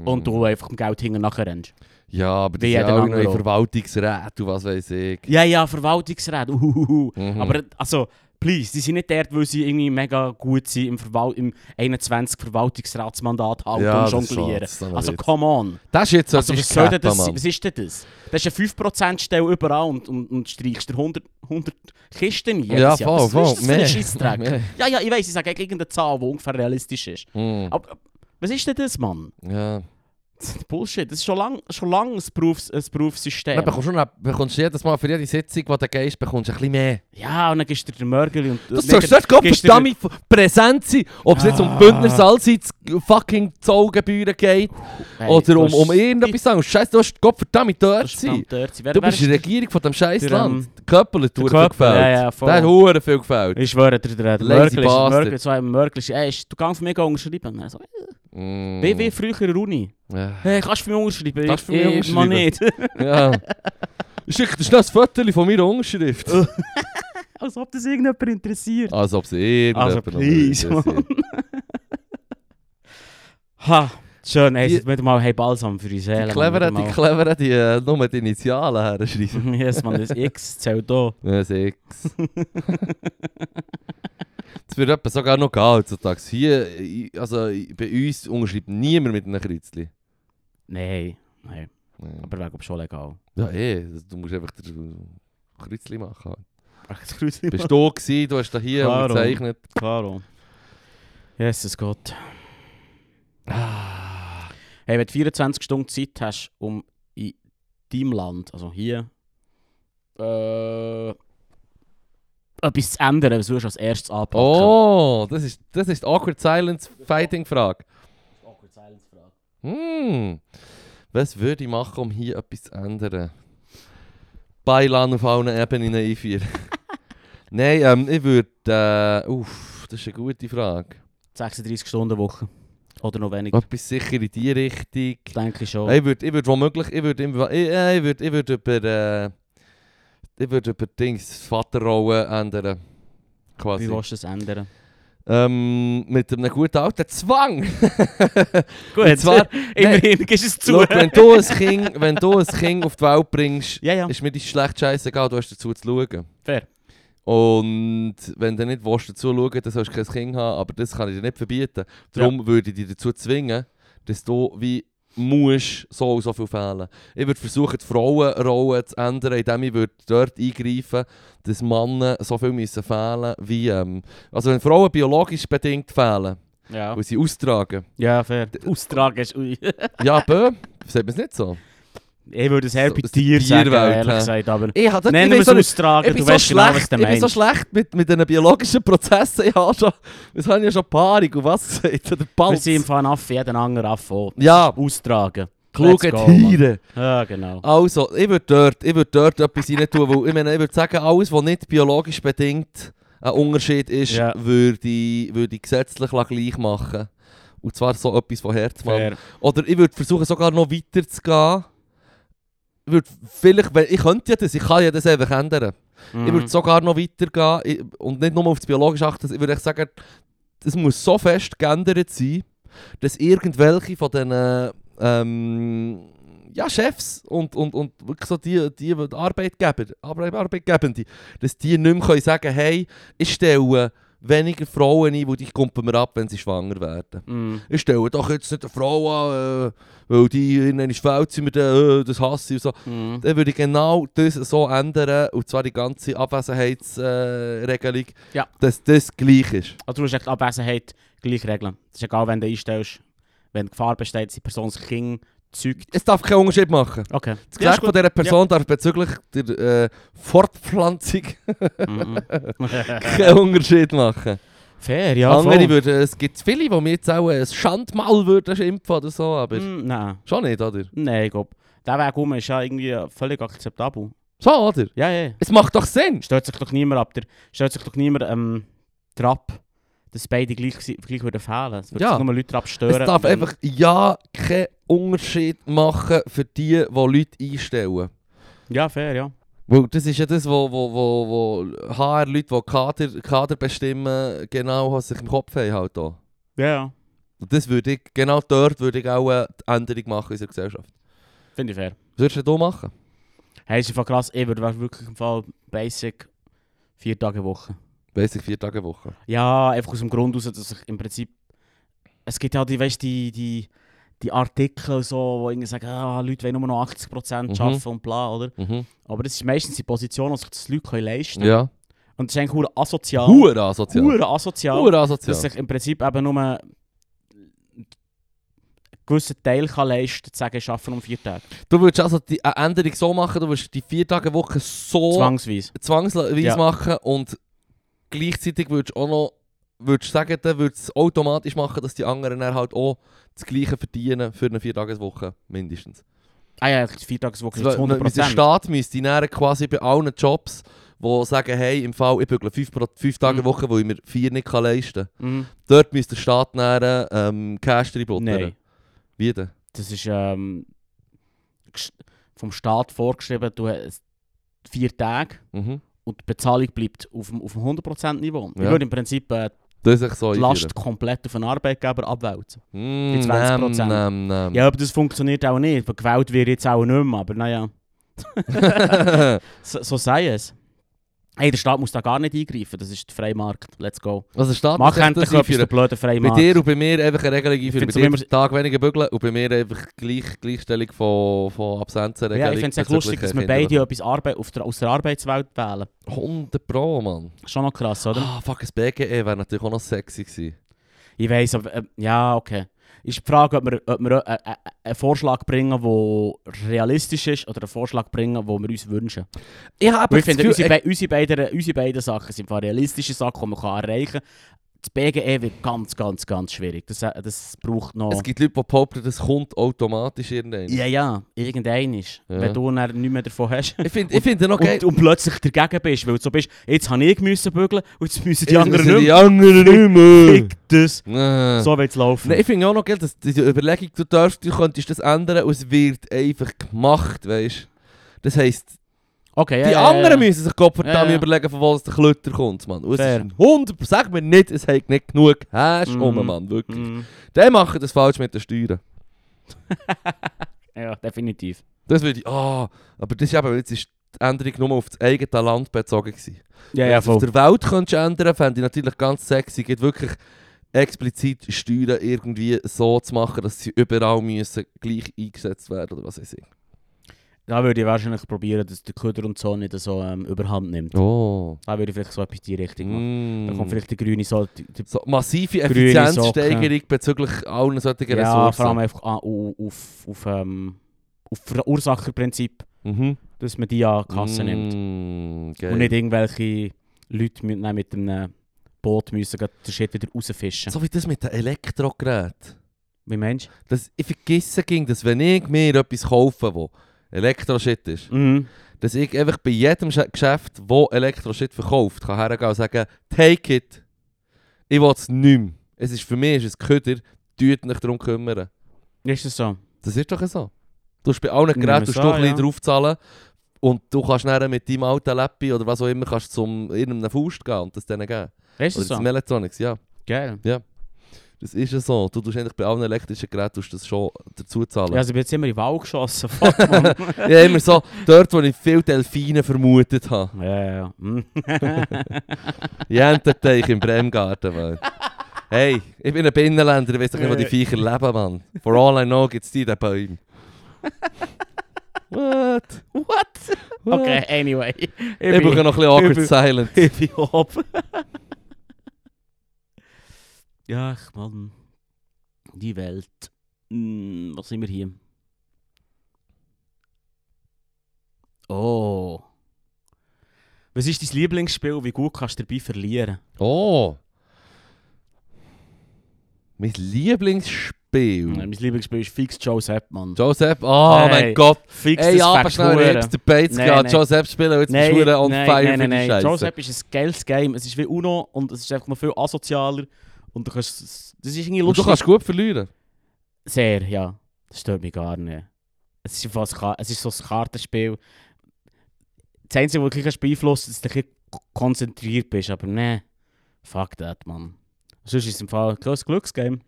B: und du einfach dem Geld hinten nachrennst?
A: Mhm. Ja, aber
B: Wie
A: die sind
B: jeder
A: auch noch in
B: andere auch.
A: Verwaltungsrat und was weiß ich.
B: Ja, ja, Verwaltungsrat. Uhuhuhu.
A: Mhm.
B: Aber also, please, die sind nicht dort, weil sie irgendwie mega gut sind im, Verwal im 21 Verwaltungsratsmandat halten
A: Ja,
B: und
A: das ist so,
B: jonglieren.
A: das ist so ein
B: also,
A: Witz.
B: come on.
A: Das ist jetzt so
B: Also,
A: die
B: was, soll
A: Kappe,
B: denn das,
A: Mann.
B: was ist denn das? Das ist eine 5%-Stelle überall und, und, und streichst dir 100, 100 Kisten ein.
A: Ja,
B: jedes Jahr.
A: voll,
B: Was ist das für
A: voll.
B: ein Scheissdreck?
A: Mehr. Hm.
B: Ja, ja, ich weiß, ich sage gegen eine Zahl, die ungefähr realistisch ist.
A: Mhm.
B: Aber was ist denn das, Mann?
A: Ja.
B: Bullshit. Das ist schon lange schon lang ein, Berufs-, ein Berufssystem.
A: Dann bekommst du noch- bekommst du jedes Mal für jede Sitzung, die du gehst, bekommst du ein bisschen mehr.
B: Ja, und dann gehst du dir den Mörgel und...
A: Das
B: Mega-
A: sollst du nicht kommen,
B: gestern-
A: verdammt präsent sein. Ob es jetzt um
B: Ah.
A: Bündner Salzitz fucking Zollgebühren geht
B: Hey,
A: oder um,
B: das
A: um
B: ist-
A: irgendetwas anderes. Scheiße, du hast Gott verdammt dort
B: das ist
A: sein.
B: verdammt dort. Wer-
A: Du
B: wer
A: bist die
B: ist-
A: Regierung von dem scheiß
B: der,
A: Land.
B: ähm,
A: Der Köppel hat dir
B: Köppel,
A: viel gefällt.
B: ja, ja, voll.
A: der hat hure viel gefällt.
B: Ich schwöre dir, der der
A: Lazy
B: Mörgel ist...
A: bastard.
B: Mörgel, so ein Mörgel ist... Ey, ist- du kannst für mich gehen unterschreiben. Und er so,
A: Mm.
B: Wie, wie früher in der Uni.
A: Ja.
B: Hey, kannst du für mich unterschreiben?
A: Kannst du für
B: Ich-
A: mich
B: ich- Mann, nicht.
A: ja. Schick dir schnell ein Foto von meiner Unterschrift.
B: Als ob das irgendjemand interessiert.
A: Als ob es irgendjemand
B: Also,
A: noch
B: please,
A: will, das
B: Ha, schön. Hey,
A: Die-
B: jetzt müssen wir mal hey, Balsam für die
A: ist-
B: Seele.
A: Die
B: Mann,
A: Clever hat
B: wieder
A: die Clever hat die äh, nur die Initialen herschreiben.
B: mal. yes, man, das X zählt da.
A: Ja, sechs. das wird etwa sogar noch gehen heutzutage. Hier, äh, also äh, bei uns unterschreibt niemand mit einem Kreuzli.
B: Nein, nein.
A: Ja.
B: Aber wäre glaub ich, schon legal.
A: Ja, eh, das- du musst einfach den Kreuzli machen. halt.
B: Ach, das Kreuz
A: Bist du gewesen, du hast da hier
B: Klar,
A: unterzeichnet.
B: Klaro. Jesus Gott.
A: Ah,
B: Hey, wenn du 24 Stunden Zeit hast, um in deinem Land, also hier, äh, etwas zu ändern, was würdest du als erstes anpacken?
A: Oh, das ist, das ist die Awkward Silence Fighting Frage.
B: Awkward silence frage.
A: Hm. Was würde ich machen, um hier etwas zu ändern? Beilan auf allen Ebenen einführen. Nein, ähm, ich würde. Äh, uff, das ist eine gute Frage.
B: 36 Stunden Woche. Oder noch weniger.
A: Etwas sicher in die Richtung.
B: Denke ich schon.
A: Ich würde ich würd womöglich. Ich würde ich, äh, ich würd, ich würd über. Äh, ich würde über Dings Vaterrolle ändern. Quasi.
B: Wie willst du das ändern?
A: Ähm, mit einem guten alten Zwang.
B: Gut,
A: Und zwar-
B: immerhin gehst du es zu.
A: Schau, wenn, du ein kind, wenn du ein Kind auf die Welt bringst,
B: ja, ja.
A: ist mir die schlecht scheißegal, du hast dazu zu schauen.
B: Fair.
A: Und wenn du nicht willst, dazu schauen dann sollst du kein Kind haben, aber das kann ich dir nicht verbieten. Darum würde ich dich dazu zwingen, dass du wie musst so und so viel fehlen. Ich würde versuchen, die Frauenrolle zu ändern, indem ich würde dort eingreifen dass Männer so viel müssen fehlen wie... Ähm, also wenn Frauen biologisch bedingt fehlen,
B: Ja,
A: weil sie austragen.
B: ja fair. Austragen ist... Ui.
A: Ja, bö, sagt man es nicht so.
B: Ich würde es eher
A: So,
B: bei
A: das
B: dir sagen,
A: Tierwelt,
B: ehrlich
A: hä?
B: gesagt, aber...
A: Ich habe
B: Nennen wir es
A: Ich
B: Austragen,
A: bin,
B: du
A: so
B: weißt genau, was
A: schlecht,
B: du
A: ich bin so
B: meinst.
A: schlecht mit, mit diesen biologischen Prozessen. Ich habe schon, das habe ich ja schon Paarung und was gesagt. Der
B: Wir
A: Balz.
B: sind im Fall Affe, jeden anderen Affe auch.
A: Ja,
B: Austragen.
A: kluge
B: Let's go, Mann.
A: Tiere.
B: Ja, genau.
A: Also, ich würde dort, ich würd dort etwas rein tun, weil ich, meine, ich würde sagen, alles, was nicht biologisch bedingt ein Unterschied ist,
B: Ja.
A: würde ich, würd ich gesetzlich gleich machen. Und zwar so etwas von Herz machen.
B: Fair.
A: Oder ich würde versuchen, sogar noch weiter zu gehen. Ich würde vielleicht, weil ich könnte ja das, ich kann ja das einfach ändern. Ich
B: Mhm. Mm.
A: würde sogar noch weitergehen ich- und nicht nur auf das Biologische achten. Ich würde echt sagen, es muss so fest geändert sein, dass irgendwelche von diesen ähm, ja, Chefs und, und, und wirklich so die, die Arbeitgeber, Arbe- Arbeitgebende, dass die nicht mehr können sagen hey, ich stelle weniger Frauen ein, die ich kumpeln mir ab, wenn sie schwanger werden.
B: Mhm.
A: Ich stelle doch jetzt nicht eine Frau an, äh, weil die in einem Feld sind, wir dann, äh, das hasse ich und so.
B: Mhm.
A: Dann würde ich genau das so ändern, und zwar die ganze Abwesenheitsregelung, äh, Regelung,
B: Ja.
A: dass das gleich ist.
B: Also du musst echt Abwesenheit gleich regeln. Es ist egal, wenn du einstellst. Wenn Gefahr besteht, dass die Person das Kind zeugt.
A: Es darf keinen Unterschied machen.
B: Okay.
A: Das Geschlecht von dieser Person darf bezüglich der äh, Fortpflanzung
B: Mhm.
A: keinen Unterschied machen.
B: Fair, ja.
A: Andere
B: voll.
A: würden, es gibt viele, die mir jetzt auch ein Schandmal würden schimpfen oder so, aber
B: Mm, Nein.
A: schon nicht, oder?
B: Nein, ich glaube, der Weg um ist ja irgendwie äh, völlig akzeptabel.
A: So, oder?
B: Ja, ja.
A: Es macht doch Sinn.
B: Stört sich doch niemand ab. Der, stört sich doch niemand ähm, drauf, dass beide gleich, gsi- gleich würden fehlen. Es würden
A: Ja.
B: sich nur Leute drauf
A: Es
B: stören.
A: darf
B: wenn-
A: einfach ja keinen Unterschied machen für die, die Leute einstellen.
B: Ja, fair, ja.
A: Weil das ist ja das, wo, wo, wo, wo HR-Leute, die Kader, Kader bestimmen, genau was sich im Kopf haben. Halt auch.
B: Ja, ja.
A: Und das würde ich, genau dort würde ich auch äh, die Änderung machen in unserer Gesellschaft.
B: Finde ich fair.
A: Was würdest du denn da machen?
B: Hey, ist im Fall krass. Ich würde wirklich im Fall basic vier Tage Woche.
A: Basic vier Tage Woche.
B: Ja, einfach aus dem Grund heraus, dass ich im Prinzip. Es gibt ja die, weißt, die, die, die Artikel, so, wo irgendwie sagen, ah, Leute wollen nur noch 80% arbeiten
A: Mhm.
B: und bla, oder?
A: Mhm.
B: Aber das ist meistens die Position, dass sich das Leute können leisten
A: Ja.
B: Und das ist eigentlich hure asozial.
A: Hure asozial.
B: Hure asozial.
A: Hure asozial.
B: Dass sich im Prinzip eben nur gewissen Teil kann leisten kann, zu sagen, ich arbeite um vier Tage.
A: Du würdest also die eine Änderung so machen, du würdest die vier Tage Woche so
B: Zwangsweise.
A: zwangsweise
B: Ja.
A: machen und gleichzeitig würdest du auch noch würdest sagen, dann würdest du es automatisch machen, dass die anderen dann halt auch das Gleiche verdienen für eine Viertageswoche mindestens.
B: Ah ja, vier Tage Woche ist
A: Weil- weil Der
B: 100%.
A: Staat müsste dann quasi bei allen Jobs, die sagen, hey, im Fall, ich bügle fünf, Pro- fünf Tage
B: Mhm.
A: Woche, wo ich mir vier nicht kann leisten kann,
B: Mhm.
A: dort müsste der Staat dann ähm, Cash reinbuttern.
B: Nein,
A: Wie denn?
B: das ist ähm, gest- vom Staat vorgeschrieben, du hast vier Tage
A: Mhm.
B: und die Bezahlung bleibt auf dem, auf dem 100%-Niveau. Ich
A: Ja.
B: würde im Prinzip äh,
A: Das ist so
B: die
A: einführen.
B: Last komplett auf den Arbeitgeber abwälzen.
A: Mm,
B: Die 20%.
A: nam, nam, nam.
B: Ja, aber das funktioniert auch nicht, weil gewählt wird jetzt auch nicht mehr, aber naja. So, so sei es. Hey, der Staat muss da gar nicht eingreifen, das ist der Freimarkt. Let's go.
A: also der Staat muss
B: Mach
A: echt
B: endlich
A: das
B: etwas,
A: einführen.
B: der blöde
A: Bei
B: Freimarkt.
A: dir und bei mir einfach eine Regelung einführen. Bei
B: find's
A: dir
B: immer-
A: einen Tag weniger bügeln und bei mir einfach gleich, Gleichstellung von, von Absenzen.
B: ja, ich finde es echt lustig, dass wir beide etwas Arbeit, auf der, aus der Arbeitswelt wählen.
A: 100 Pro, Mann.
B: Schon noch krass, oder?
A: Ah, fuck, ein BGE wäre natürlich auch noch sexy gewesen.
B: Ich weiß, aber äh, ja, okay. Ist die Frage, ob wir, ob wir äh, äh, einen Vorschlag bringen, der realistisch ist, oder einen Vorschlag bringen, den wir uns wünschen.
A: Ich habe
B: Weil ich finde, unsere,
A: äh,
B: bei- unsere, beiden, unsere beiden Sachen sind zwar realistische Sachen, die man kann erreichen kann. Das BGE wird ganz, ganz, ganz schwierig. Das, äh, das braucht noch...
A: es gibt Leute, die behaupten, das kommt automatisch irgendwann.
B: Ja, ja, irgendein ist.
A: Ja.
B: Wenn du dann nichts mehr davon hast.
A: Ich finde ich find den okay.
B: Und, und plötzlich dagegen bist, weil du so bist, jetzt habe ich müssen bügeln und jetzt müssen die
A: Jetzt
B: anderen
A: müssen
B: nicht
A: die
B: mehr.
A: anderen nicht
B: Fick das.
A: mehr. Äh.
B: So wird es laufen.
A: Nein, ich finde auch noch, gell, dass die Überlegung, du darfst, du könntest das ändern und es wird einfach gemacht, weißt du. Das heisst,
B: okay, ja,
A: die
B: ja, ja,
A: anderen
B: ja.
A: müssen sich Gott verdammt
B: Ja, ja.
A: überlegen, von wo es der Klötter kommt, Mann. Und es
B: Fair.
A: ist 100 sag mir nicht, es hat nicht genug Hash
B: Mhm.
A: um, Mann, wirklich.
B: Mhm.
A: Die machen das falsch mit den Steuern.
B: Ja, definitiv.
A: Das würde ich, ah, aber das ist eben, weil jetzt ist die Änderung nur auf das eigene Land bezogen gewesen.
B: Ja,
A: Wenn du es auf der Welt könntest ändern, fände ich natürlich ganz sexy, geht wirklich explizit Steuern irgendwie so zu machen, dass sie überall müssen gleich eingesetzt werden oder was weiß ich.
B: Da würde ich wahrscheinlich probieren, dass der Köder und so nicht so ähm, überhand nimmt.
A: Oh.
B: Da würde ich vielleicht so etwas in die Richtung machen.
A: Mm.
B: Da kommt vielleicht der grüne so... Die, die,
A: so massive
B: Grüne
A: Effizienzsteigerung bezüglich allen solchen
B: ja,
A: Ressourcen.
B: vor allem einfach ah, au- auf, auf, ähm, auf Verursacherprinzip,
A: Mhm.
B: dass man dus die an die Kasse nimmt.
A: Mm, nimmt. Geil.
B: Und nicht irgendwelche Leute mit, nein, mit einem eh, Boot müssen grad den Shit wieder rausfischen.
A: So wie das mit den Elektrogeräten.
B: Wie meinst
A: Das, ich vergesse ging, dass wenn ich mir etwas kaufe, wo Elektroshit ist,
B: du? Mhm.
A: dass ich einfach bei jedem Sch- Geschäft, wo Elektroshit verkauft, kann hergehen und sagen, take it, ich will es nicht mehr. Es ist für mich ist es Köder, tut nicht darum kümmern.
B: Ist das so?
A: Das ist doch so. Du hast bei allen
B: Nehmen wir
A: Geräten
B: es
A: du noch ein
B: an,
A: bisschen
B: ja.
A: draufzahlen und du kannst dann mit deinem alten Lappi oder was auch immer kannst zum irgendeinem Faust gehen und das denen geben.
B: Ist
A: Oder das
B: das so?
A: Melatonics, ja.
B: Geil.
A: Das ist ja so. Du tust eigentlich bei allen elektrischen Geräten tust du das schon dazu zahlen.
B: Ja, also ich bin jetzt immer in den Wald geschossen. Fuck, Mann.
A: Ja, immer so, dort, wo ich viele Delfine vermutet habe.
B: ja, ja, ja. Mhm.
A: Jententeich im Bremgarten, Mann. Hey, ich bin ein Binnenländer, ich weiß doch nicht, wo die Viecher leben, Mann. For all I know gibt's die da Bäume. What?
B: What?
A: What?
B: Okay, anyway. Ich,
A: Ich brauche noch ein bisschen awkward
B: ich
A: silent.
B: Ich bin oben. ja, ich Mann. Die Welt. Hm, was sind wir hier? Oh. Was ist dein Lieblingsspiel? Wie gut kannst du dabei verlieren?
A: Oh! Mein Lieblingsspiel.
B: Nein, mein Lieblingsspiel ist Fix Joe Sepp, Mann.
A: Joseph, oh
B: Hey.
A: mein Gott.
B: Fix
A: Ey, aber
B: fängt
A: schnell,
B: verdammt
A: ich hab's den Bates
B: Nein,
A: gehabt.
B: nein.
A: Joseph spielen, und jetzt bist du verdammt on fire für die Scheiße.
B: Joe Sepp ist ein geiles Game. Es ist wie Uno und es ist einfach noch viel asozialer. Und du kannst... Das ist irgendwie
A: Und du
B: lustig.
A: kannst gut verlieren.
B: Sehr, ja. Das stört mich gar nicht. Es ist, fast, ka- es ist so ein Kartenspiel. Das Einzige, was ich beeinflusst, ist, dass du ein bisschen konzentriert bist. Aber ne, fuck that, man. Sonst ist es im Fall ein grosses Glücksgame.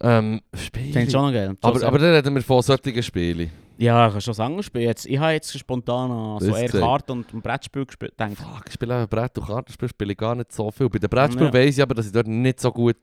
A: Ähm,
B: Findest du
A: Spiele.
B: auch noch geil?
A: Aber,
B: Joseph?
A: aber dann reden wir von solchen Spielen.
B: ja, kannst du was anderes spielen. Jetzt, ich habe jetzt spontan an so
A: Das
B: eher
A: zeigt.
B: Karten und ein Brettspiel gespielt. Denke.
A: Fuck, ich spiele auch Brett- und Kartenspiel spiele ich gar nicht so viel. Bei den Brettspielen
B: Ja.
A: weiss ich aber, dass ich dort nicht so gut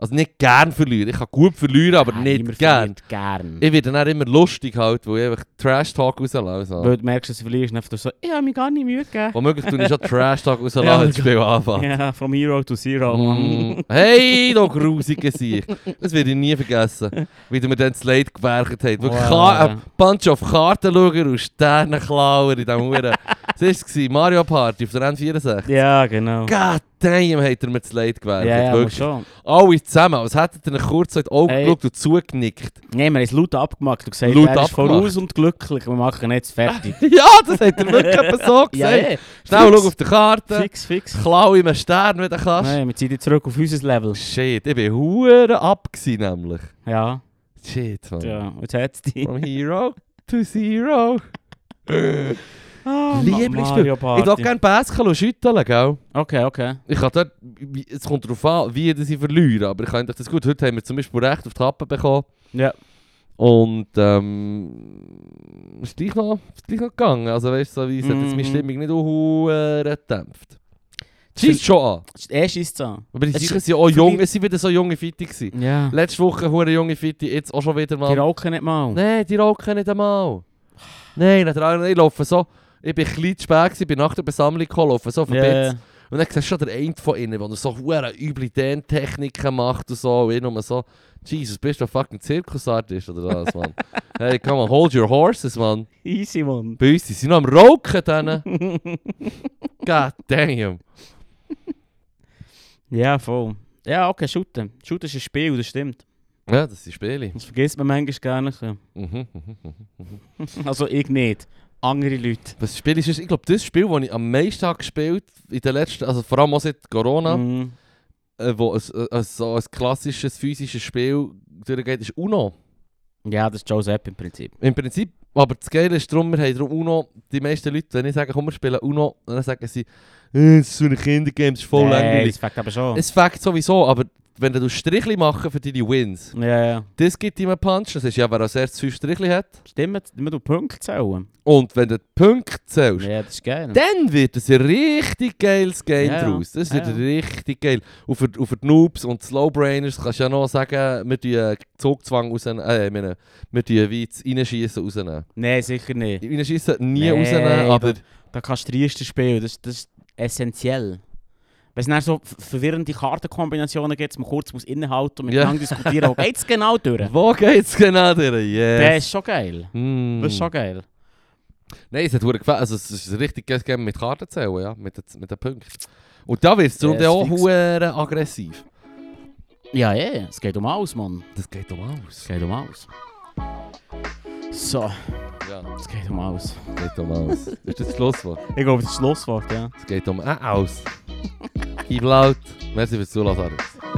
A: Also nicht gern verlieren. Ich kann gut verlieren, aber
B: Nein, ah, niemand
A: nicht gern.
B: verliert gern.
A: Ich werde dann auch immer lustig halt, weil ich einfach Trash-Talk rauslasse. also.
B: Weil du merkst, dass du verlierst, und einfach so, ich habe mir gar nicht Mühe gegeben.
A: Womöglich tue ich schon Trash-Talk rauslassen,
B: Ja,
A: wenn das Spiel anfängt.
B: Ja, from hero to zero.
A: Mm. Hey, du grusiger Sieg. Das werde ich nie vergessen, wie du mir dann das Leid gewerkt hast. Wirklich
B: Wow.
A: Ka- ein Bunch of Kartenschauer und Sternenklauer in diesem Huren. Das war es, Mario Party auf der N64.
B: Ja, genau.
A: God damn, hat er mir das Leid
B: Ja,
A: gewerkt.
B: ja, muss
A: Wirklich.
B: schon.
A: Alle zusammen, als hättet ihr ihn kurz in die Augen
B: Hey.
A: geschaut und zugenickt.
B: Nein, wir haben es laut abgemacht. Du gesagt,
A: Laut
B: er ist
A: abgemacht.
B: voraus und glücklich. Wir machen jetzt fertig.
A: ja, das hat er wirklich etwa so
B: Ah, ja,
A: gesagt.
B: ja.
A: Schnell
B: Fix.
A: schau auf die Karte.
B: Fix, fix.
A: Klau ihm einen Stern, wenn du kannst. Oh,
B: Nein, wir ziehen dich zurück auf unser Level.
A: Shit, ich bin Huren ab gewesen, nämlich.
B: Ja,
A: Shit, man.
B: ja. Jetzt hat es dich.
A: From Hero to Zero. ich
B: Ah,
A: Lieblingsspiel.
B: Mario Party.
A: darf gerne Baskel schütteln, gell?
B: Okay, okay.
A: Ich kann dort, wie- es kommt darauf an, wie das ich verliere, aber ich kann das gut. Heute haben wir zum Beispiel Recht auf die Happen bekommen.
B: Ja.
A: Und ähm, ist gleich noch, ist gleich noch gegangen. Also weißt du, so wie es hat jetzt meine
B: Mhm.
A: Stimmung nicht auch äh, gedämpft.
B: Schiss-
A: Schießt schon an.
B: Er schießt an.
A: Aber die
B: Es-
A: sicher sind auch jung,
B: vergleich-
A: es sind wieder so junge Fitti gewesen.
B: Ja.
A: Letzte Woche hure junge Fitti, jetzt auch schon wieder mal.
B: Die rauchen nicht mal.
A: Nein, die rauchen nicht einmal. Nein, nach der anderen, ich laufe so. Ich bin klein zu spät, gewesen, bin nach der Besammlung gekommen, laufe so auf den
B: Ja.
A: Bett. Und dann siehst du schon der eine von ihnen, der so hure üble Dehntechniken macht und so. Und ich nur so, Jesus, bist du ein fucking Zirkusartist oder was, Mann? hey, come on, hold your horses, Mann.
B: Easy, Mann.
A: Bei uns, die sind noch am Rauchen, denen. God damn.
B: Ja, voll. Ja, okay, shooten. Shooten ist ein Spiel, das stimmt.
A: Ja, das sind Spiele.
B: Das vergisst man manchmal gar nicht.
A: Mhm, mhm, mhm.
B: Also ich nicht. Andere Leute.
A: Was Spiel ist, ist- ich glaube, das Spiel, das ich am meisten habe gespielt in den letzten, also vor allem auch seit Corona,
B: Mhm.
A: äh, wo ein, ein, ein, so ein klassisches physisches Spiel durchgeht, ist UNO.
B: Ja, das ist Joseph im Prinzip.
A: Im Prinzip, aber das Geile ist darum, wir haben darum UNO, die meisten Leute, wenn ich sage, komm, wir spielen UNO, dann sagen sie, äh, das ist so ein Kindergame, das ist voll
B: Nein,
A: langweilig.
B: Das fängt aber schon.
A: Es fängt sowieso, aber wenn du Strichli machen für deine Wins,
B: Ja, ja.
A: das gibt ihm einen Punch, das ist ja, wer als erstes fünf Strichli hat.
B: Stimmt, wir du Punkte zählen.
A: Und wenn du die Punkte zählst,
B: Ja, das ist geil.
A: dann wird es ein richtig geiles Game
B: Ja, ja.
A: draus. Das wird
B: Ja, ja.
A: richtig geil. Und für, und für die Noobs und die Slowbrainers kannst du ja noch sagen, wir tun Zugzwang rausnehmen. Äh, ich meine, wir tun wie das Reinschiessen rausnehmen.
B: Nein, sicher nicht.
A: Reinschiessen nie
B: Nee,
A: rausnehmen, aber
B: da- Da kannst du Riester spielen, das, das ist essentiell. Wenn es dann so ver- verwirrende Kartenkombinationen gibt, dass man kurz muss innehalten und
A: Ja.
B: miteinander diskutieren, wo geht's genau durch?
A: wo geht's genau durch?
B: Der
A: Yes.
B: ist schon geil.
A: Mm.
B: Das ist schon geil.
A: Nein, es hat verdammt gefallen. Also, es ist ein richtig geiles Game mit Kartenzählen, ja, mit, den- mit den Punkten. Und da wird es darum
B: Yes,
A: dann auch
B: fix.
A: verdammt aggressiv.
B: Ja, ja, es geht um alles, Mann.
A: Das geht um
B: Es
A: alles.
B: geht um alles. So,
A: Ja,
B: es geht um alles.
A: es geht um alles. ist das das Schlusswort?
B: Ich glaube,
A: eh,
B: das ist das Schlusswort, ja.
A: Es geht um ein Aus. Gib laut. Merci fürs Zuhören. Alex.